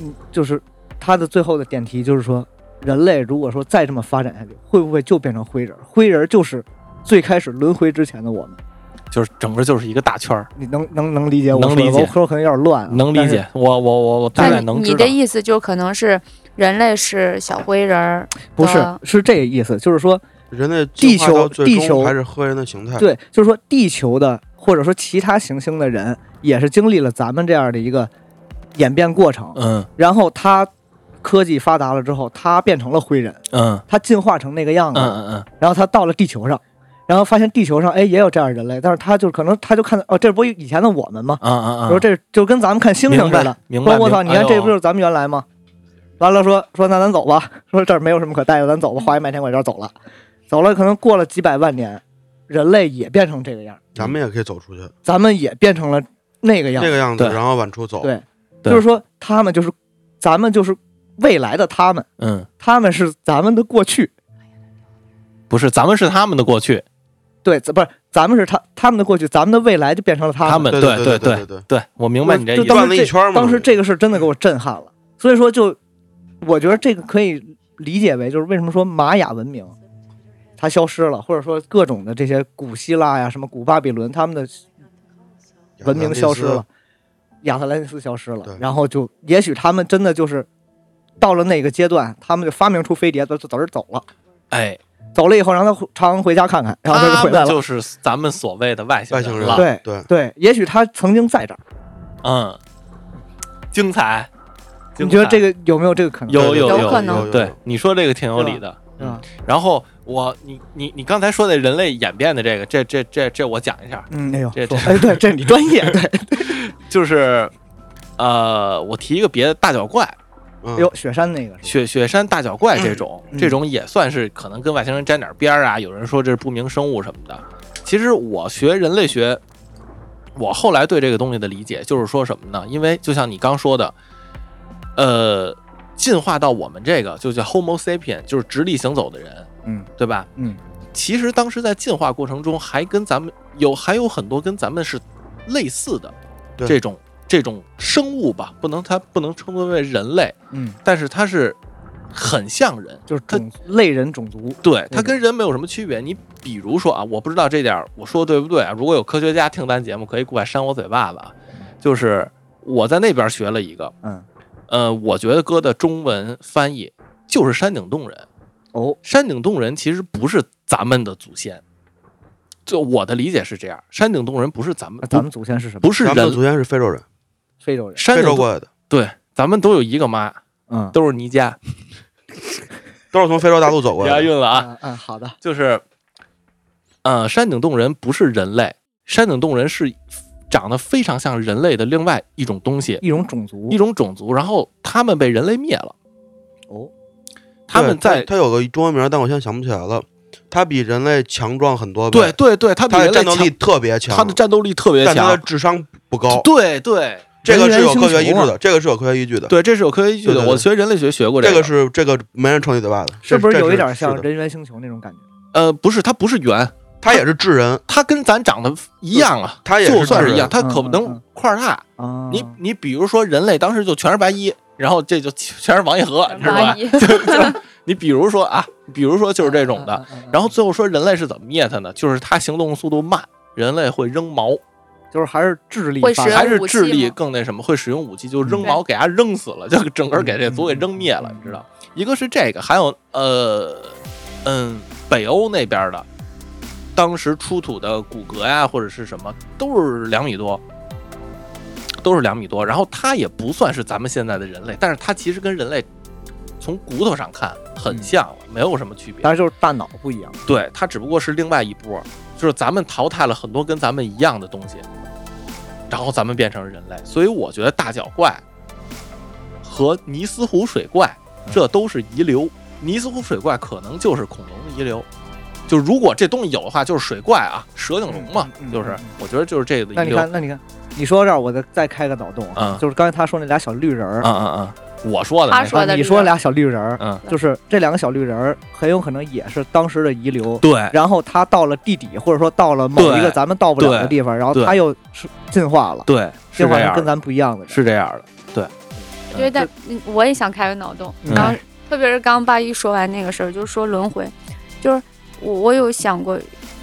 S2: 嗯，就是他的最后的点题就是说，人类如果说再这么发展下去，会不会就变成灰人？灰人就是最开始轮回之前的我们。
S1: 嗯，就是整个就是一个大圈儿，
S2: 你能能能理解我
S1: 能
S2: 说的
S1: 理解
S2: 我说可能有点乱、啊，
S1: 能理
S2: 但是
S1: 解。我我我我大
S4: 那
S1: 概
S4: 你
S1: 能
S4: 你
S1: 知
S4: 的
S1: 道。
S4: 意思就可能是人类是小灰人儿，
S2: 不是
S4: 的
S2: 是这个意思，就是说，
S3: 人类
S2: 地
S3: 进化到
S2: 球
S3: 最
S2: 地
S3: 终
S2: 球
S3: 还是喝人的形
S1: 啊
S3: 态，
S2: 对，就是说地球的或者说其他行星的人也是经历了咱们这样的一个演变过程，
S1: 嗯
S2: 然后他科技发达了之后，他变成了灰人，
S1: 嗯
S2: 他进化成那个样
S1: 嗯
S2: 子，
S1: 嗯
S2: 然后他到了地球上，然后发现地球上哎也有这样的人类，但是他就可能他就看到哦，这不以前的我们吗？
S1: 嗯啊啊！
S2: 说这就跟咱们看星星
S1: 明
S2: 似
S1: 白
S2: 的，，
S1: 明白。
S2: 说我操，
S1: 明
S2: 你
S1: 白
S2: 看这不就
S1: 哎呦
S2: 是咱们原来吗？完了说说那咱走吧， 说这儿没有什么可待的，咱走吧，花园麦田拐角走了，走了可能过了几百万年，人类也变成这个样，
S3: 咱们也可以走出去，
S2: 咱们也变成了那个样
S3: 这，个样子，
S1: 对
S3: 然后往出走。
S2: 对
S1: 对
S2: 就是说他们就是咱们就是未来的他们，
S1: 嗯，
S2: 他们是咱们的过去，
S1: 不是，咱们是他们的过去，
S2: 对，不是咱们是他他们的过去，咱们的未来就变成了他
S1: 他
S2: 们。
S1: 们
S3: 对
S1: 对
S3: 对
S1: 对
S3: 对对，
S1: 对，我明白你这
S2: 就
S1: 意思
S2: 当。
S3: 转了一
S2: 时
S3: 圈儿
S2: 这
S3: 嘛
S2: 当时这个事真的给我震撼了，所以说就我觉得这个可以理解为就是为什么说玛雅文明它消失了，或者说各种的这些古希腊呀、什么古巴比伦他们的文明消失了，亚特兰蒂斯消失了
S3: 对，
S2: 然后就也许他们真的就是到了那个阶段，他们就发明出飞碟，就就早点走了，
S1: 哎，
S2: 走了以后让他回常回家看看，然后他就
S1: 他
S2: 回来
S1: 们啊
S2: 了。
S1: 就是咱们所谓的外星
S3: 外星
S1: 人
S3: 人
S1: 了。
S2: 对
S3: 对，
S2: 对，也许他曾经在这儿，
S1: 嗯，精彩。
S2: 你觉得这
S1: 个
S2: 个有没有这个可能？
S1: 有
S3: 对对
S4: 有
S3: 有
S4: 可能
S3: 有
S1: 对你说这个挺有理的。
S2: 对吧？
S1: 然后我你你你刚才说的人类演变的这个，这这这这我讲一下，
S2: 嗯，哎呦，
S1: 这
S2: 说
S1: 这
S2: 哎，对，这是你专业，对，
S1: 就是呃，我提一个别的大脚怪，
S3: 嗯
S2: 哎呦，雪山那个是吧
S1: 雪雪山大脚怪这种，
S2: 嗯
S1: 这种也算是可能跟外星人沾点边儿啊。有人说这是不明生物什么的。其实我学人类学，我后来对这个东西的理解就是说什么呢？因为就像你刚说的，呃，进化到我们这个就叫 Homo sapien，就是直立行走的人，
S2: 嗯，
S1: 对吧？
S2: 嗯，
S1: 其实当时在进化过程中，还跟咱们有还有很多跟咱们是类似的
S3: 对
S1: 这种这种生物吧，不能它不能称之为人类。
S2: 嗯，
S1: 但是它是很像人，
S2: 就是种类人种族，
S1: 对，它
S2: 嗯
S1: 跟人没有什么区别。你比如说啊，我不知道这点儿我说的对不对啊？如果有科学家听咱节目，可以过来扇我嘴巴子啊。就是我在那边学了一个，
S2: 嗯，
S1: 呃，我觉得哥的中文翻译就是山顶洞人。
S2: 哦，
S1: 山顶洞人其实不是咱们的祖先，就我的理解是这样，山顶洞人不是咱们
S2: 那，咱们祖先是什么？
S1: 不不是
S3: 咱们
S1: 人，
S3: 祖先是非洲人，
S2: 非洲人，
S1: 山
S3: 非
S1: 顶
S3: 洲
S1: 洞
S3: 过来的，
S1: 对，咱们都有一个妈，
S2: 嗯，
S1: 都是尼加，
S3: 都是从非洲大陆走过
S1: 押
S3: 来的。
S1: 韵了啊。
S2: 嗯嗯，好的，
S1: 就是，呃，山顶洞人不是人类，山顶洞人是长得非常像人类的另外一种东西，
S2: 一种种族
S1: 一，种种族，然后他们被人类灭了，
S2: 哦，
S1: 他们
S3: 对
S1: 在
S3: 他有个中文名，但我现在想不起来了。它比人类强壮很多倍，
S1: 对，对对，它比
S3: 它
S1: 人
S3: 的
S1: 类
S3: 战斗力
S1: 强，
S3: 特别强，
S1: 它的战斗力特别
S3: 但它的
S1: 强。
S3: 智商不高，
S1: 对对
S3: 这个是有
S2: 人猿
S3: 科学
S2: 星
S3: 依据
S2: 球啊
S3: 的，这个是有科学依据的，
S1: 对，这是有科学依据
S3: 对
S1: 的。
S3: 对对
S1: 我学人类学学过
S3: 这
S1: 个
S3: 个是这个没人抽你嘴巴子，
S2: 是不
S3: 这
S2: 有一
S3: 是
S2: 点像
S3: 是的
S2: 人猿星球那种感觉？
S1: 呃，不是，它不是圆，
S3: 它也是智人，
S1: 它跟咱长得一样啊，
S3: 它也
S1: 就算
S3: 智
S1: 是一
S3: 人
S1: 样，它可
S2: 嗯嗯
S1: 能
S2: 嗯
S1: 块儿大。
S2: 啊，
S1: 你你比如说人类当时就全是白衣，然后这就 全是王一和，你知道吧
S4: 蚂？蚁，
S1: 你比如说啊，比如说就是这种的。
S2: 嗯，嗯嗯嗯
S1: 然后最后说人类是怎么灭它呢？就是它行动速度慢，人类会扔矛，
S2: 就是还是智力
S4: 会
S2: 发
S4: 使
S2: 达
S4: 用
S1: 还是
S4: 武器
S1: 智力
S4: 吗
S1: 更那什么，会使用武器，就扔
S4: 嗯
S1: 矛给它扔死了，就整个给这族给扔灭了，
S2: 嗯
S1: 你知道？一个是这个，还有呃，嗯，北欧那边的，当时出土的骨骼呀、或者是什么，都是两米多。都是两米多，然后它也不算是咱们现在的人类，但是它其实跟人类从骨头上看
S2: 嗯
S1: 很像了，没有什么区别。
S2: 但是就是大脑不一样。
S1: 对，它只不过是另外一波，就是咱们淘汰了很多跟咱们一样的东西，然后咱们变成人类。所以我觉得大脚怪和尼斯湖水怪
S2: 嗯
S1: 这都是遗留，尼斯湖水怪可能就是恐龙的遗留。就如果这东西有的话，就是水怪啊，蛇颈龙嘛，
S2: 嗯嗯嗯
S1: 就是
S2: 嗯
S1: 我觉得就是这个
S2: 那
S1: 遗
S2: 你
S1: 留。
S2: 看，那你看，你说到这儿，我再再开个脑洞啊
S1: 嗯，
S2: 就是刚才他说那俩小绿人儿
S1: 嗯，嗯嗯，我说的
S4: 他
S1: 那
S4: 说
S1: 个
S2: 啊
S4: 的绿
S2: 你
S4: 人
S2: 说俩小绿人儿，
S1: 嗯，
S2: 就是这两个小绿人儿很有可能也是当时的遗留。
S1: 对
S2: 然后他到了地底，或者说到了某一
S1: 对
S2: 个咱们到不了的
S1: 对
S2: 地方，然后
S1: 对
S2: 他又是进化了，
S1: 对，是
S2: 进
S1: 这
S2: 化成
S1: 样
S2: 跟
S1: 的，
S2: 咱不一样的。
S1: 是这样的。
S4: 我觉得嗯我也想开个脑洞，
S2: 嗯
S4: 然后特别是刚刚八一说完那个事儿，就是说轮回，就是我我有想过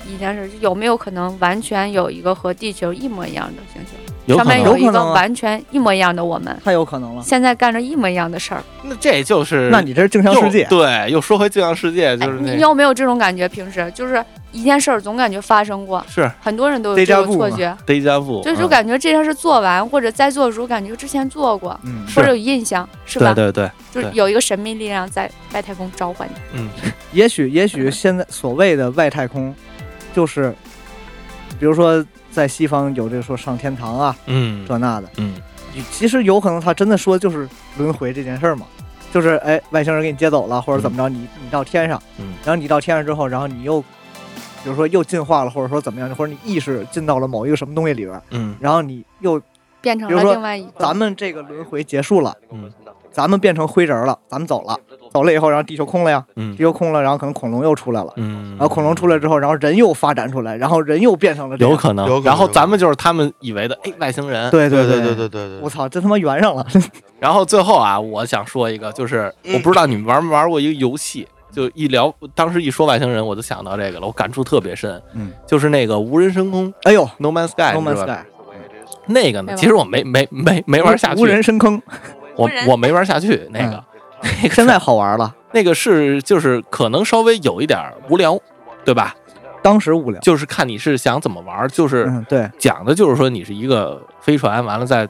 S4: 一件事，就有没有可能完全有一个和地球一模一样的行星，
S1: 有可
S4: 上面
S1: 能
S4: 有一
S2: 有可
S4: 个
S2: 能啊
S4: 完全一模一样的我们，
S2: 太有可
S1: 嗯
S2: 能了。
S4: 现在干着一模一样的事儿，
S1: 那这就是
S2: 那你这是镜像
S1: 又
S2: 世界，
S1: 对，又说回镜像世界，
S4: 哎
S1: 就是
S4: 你
S1: 那
S4: 你有没有这种感觉？平时就是一件事儿，总感觉发生过，
S1: 是
S4: 很多人都有
S2: Deja
S4: 这种
S2: vu
S4: 错
S2: 嘛
S4: 觉，
S1: deja vu，
S4: 就是
S1: 嗯
S4: 感觉这件事做完或者在做的时候，感觉之前做过
S2: 嗯，
S4: 或者有印象，是吧？
S1: 对对对，
S4: 就是
S1: 对
S4: 有一个神秘力量在外太空召唤你。
S1: 嗯，
S2: 也许也许现在所谓的外太空，就是比如说在西方有这个说上天堂啊，
S1: 嗯
S2: 这那的，
S1: 嗯，
S2: 其实有可能他真的说就是轮回这件事儿嘛，就是哎外星人给你接走了或者怎么着，你你到天上，
S1: 嗯
S2: 然后你到天上之后，然后你又比如说又进化了，或者说怎么样，或者你意识进到了某一个什么东西里边儿，
S1: 嗯
S2: 然后你又
S4: 变成
S2: 比如
S4: 了
S2: 说
S4: 另外一个。
S2: 咱们这个轮回结束了，
S1: 嗯
S2: 咱们变成灰人儿了，咱们走了，走了以后，然后地球空了呀，
S1: 嗯
S2: 地球空了，然后可能恐龙又出来了。
S1: 嗯，然
S2: 然后恐龙出来之后，然后人又发展出来，然后人又变成了这样
S1: 有可能，
S3: 有可能
S1: 然后咱们就是他们以为的哎外星人，，
S2: 对
S3: 对
S2: 对
S3: 对
S2: 对，
S3: 对对
S2: 我操，真他妈圆上了！
S1: 然后最后啊，我想说一个，就是
S3: 嗯
S1: 我不知道你们玩没玩过一个游戏，就一聊当时一说外星人，我就想到这个了，我感触特别深，
S2: 嗯，
S1: 就是那个无人深空
S2: 哎呦
S1: No Man's Sky，
S2: ，No
S1: 你
S2: Man's
S1: 知道吧
S2: Sky，
S1: 那个呢，
S4: 没玩
S1: 其实我没没没没玩下
S2: 无人
S1: 去，
S2: 深坑，
S1: 我
S4: 无人
S1: 我没玩下去 那个
S2: 嗯，现在好玩了，
S1: 那个是就是可能稍微有一点儿无聊，对吧？
S2: 当时无聊。
S1: 就是看你是想怎么玩儿，就是
S2: 嗯，对
S1: 讲的就是说你是一个飞船，完了在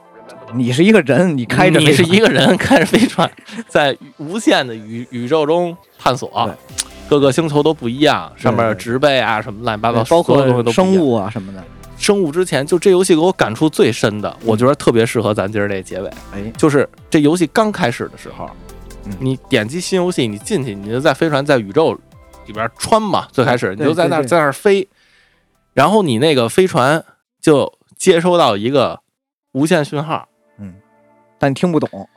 S2: 你是一个人，你 开着
S1: 你是
S2: 飞船
S1: 一个人 开着飞船，在无限的宇宇宙中探索，各个星球都不一样，上面
S2: 对对对
S1: 植被啊什么乱七八糟，
S2: 对包
S1: 所有东西都
S2: 括
S1: 不一
S2: 生
S1: 样。
S2: 物啊什么的。
S1: 生物之前，就这游戏给我感触最深的，我觉得特别适合咱今儿这结尾，
S2: 嗯哎，
S1: 就是这游戏刚开始的时候
S2: 嗯，
S1: 你点击新游戏，你进去，你就在飞船在宇宙里边穿嘛，最开始你
S2: 对
S1: 就在那儿
S2: 对对
S1: 在那儿飞，然后你那个飞船就接收到一个无线讯号。
S2: 但你听不懂，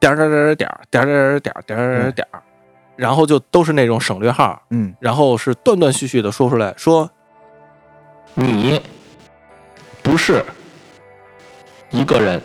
S1: 点儿点儿点儿点儿点儿点儿点儿点儿点儿点儿，然后就都是那种省略号，
S2: 嗯，
S1: 然后是断断续续的说出来，说你不是一个人，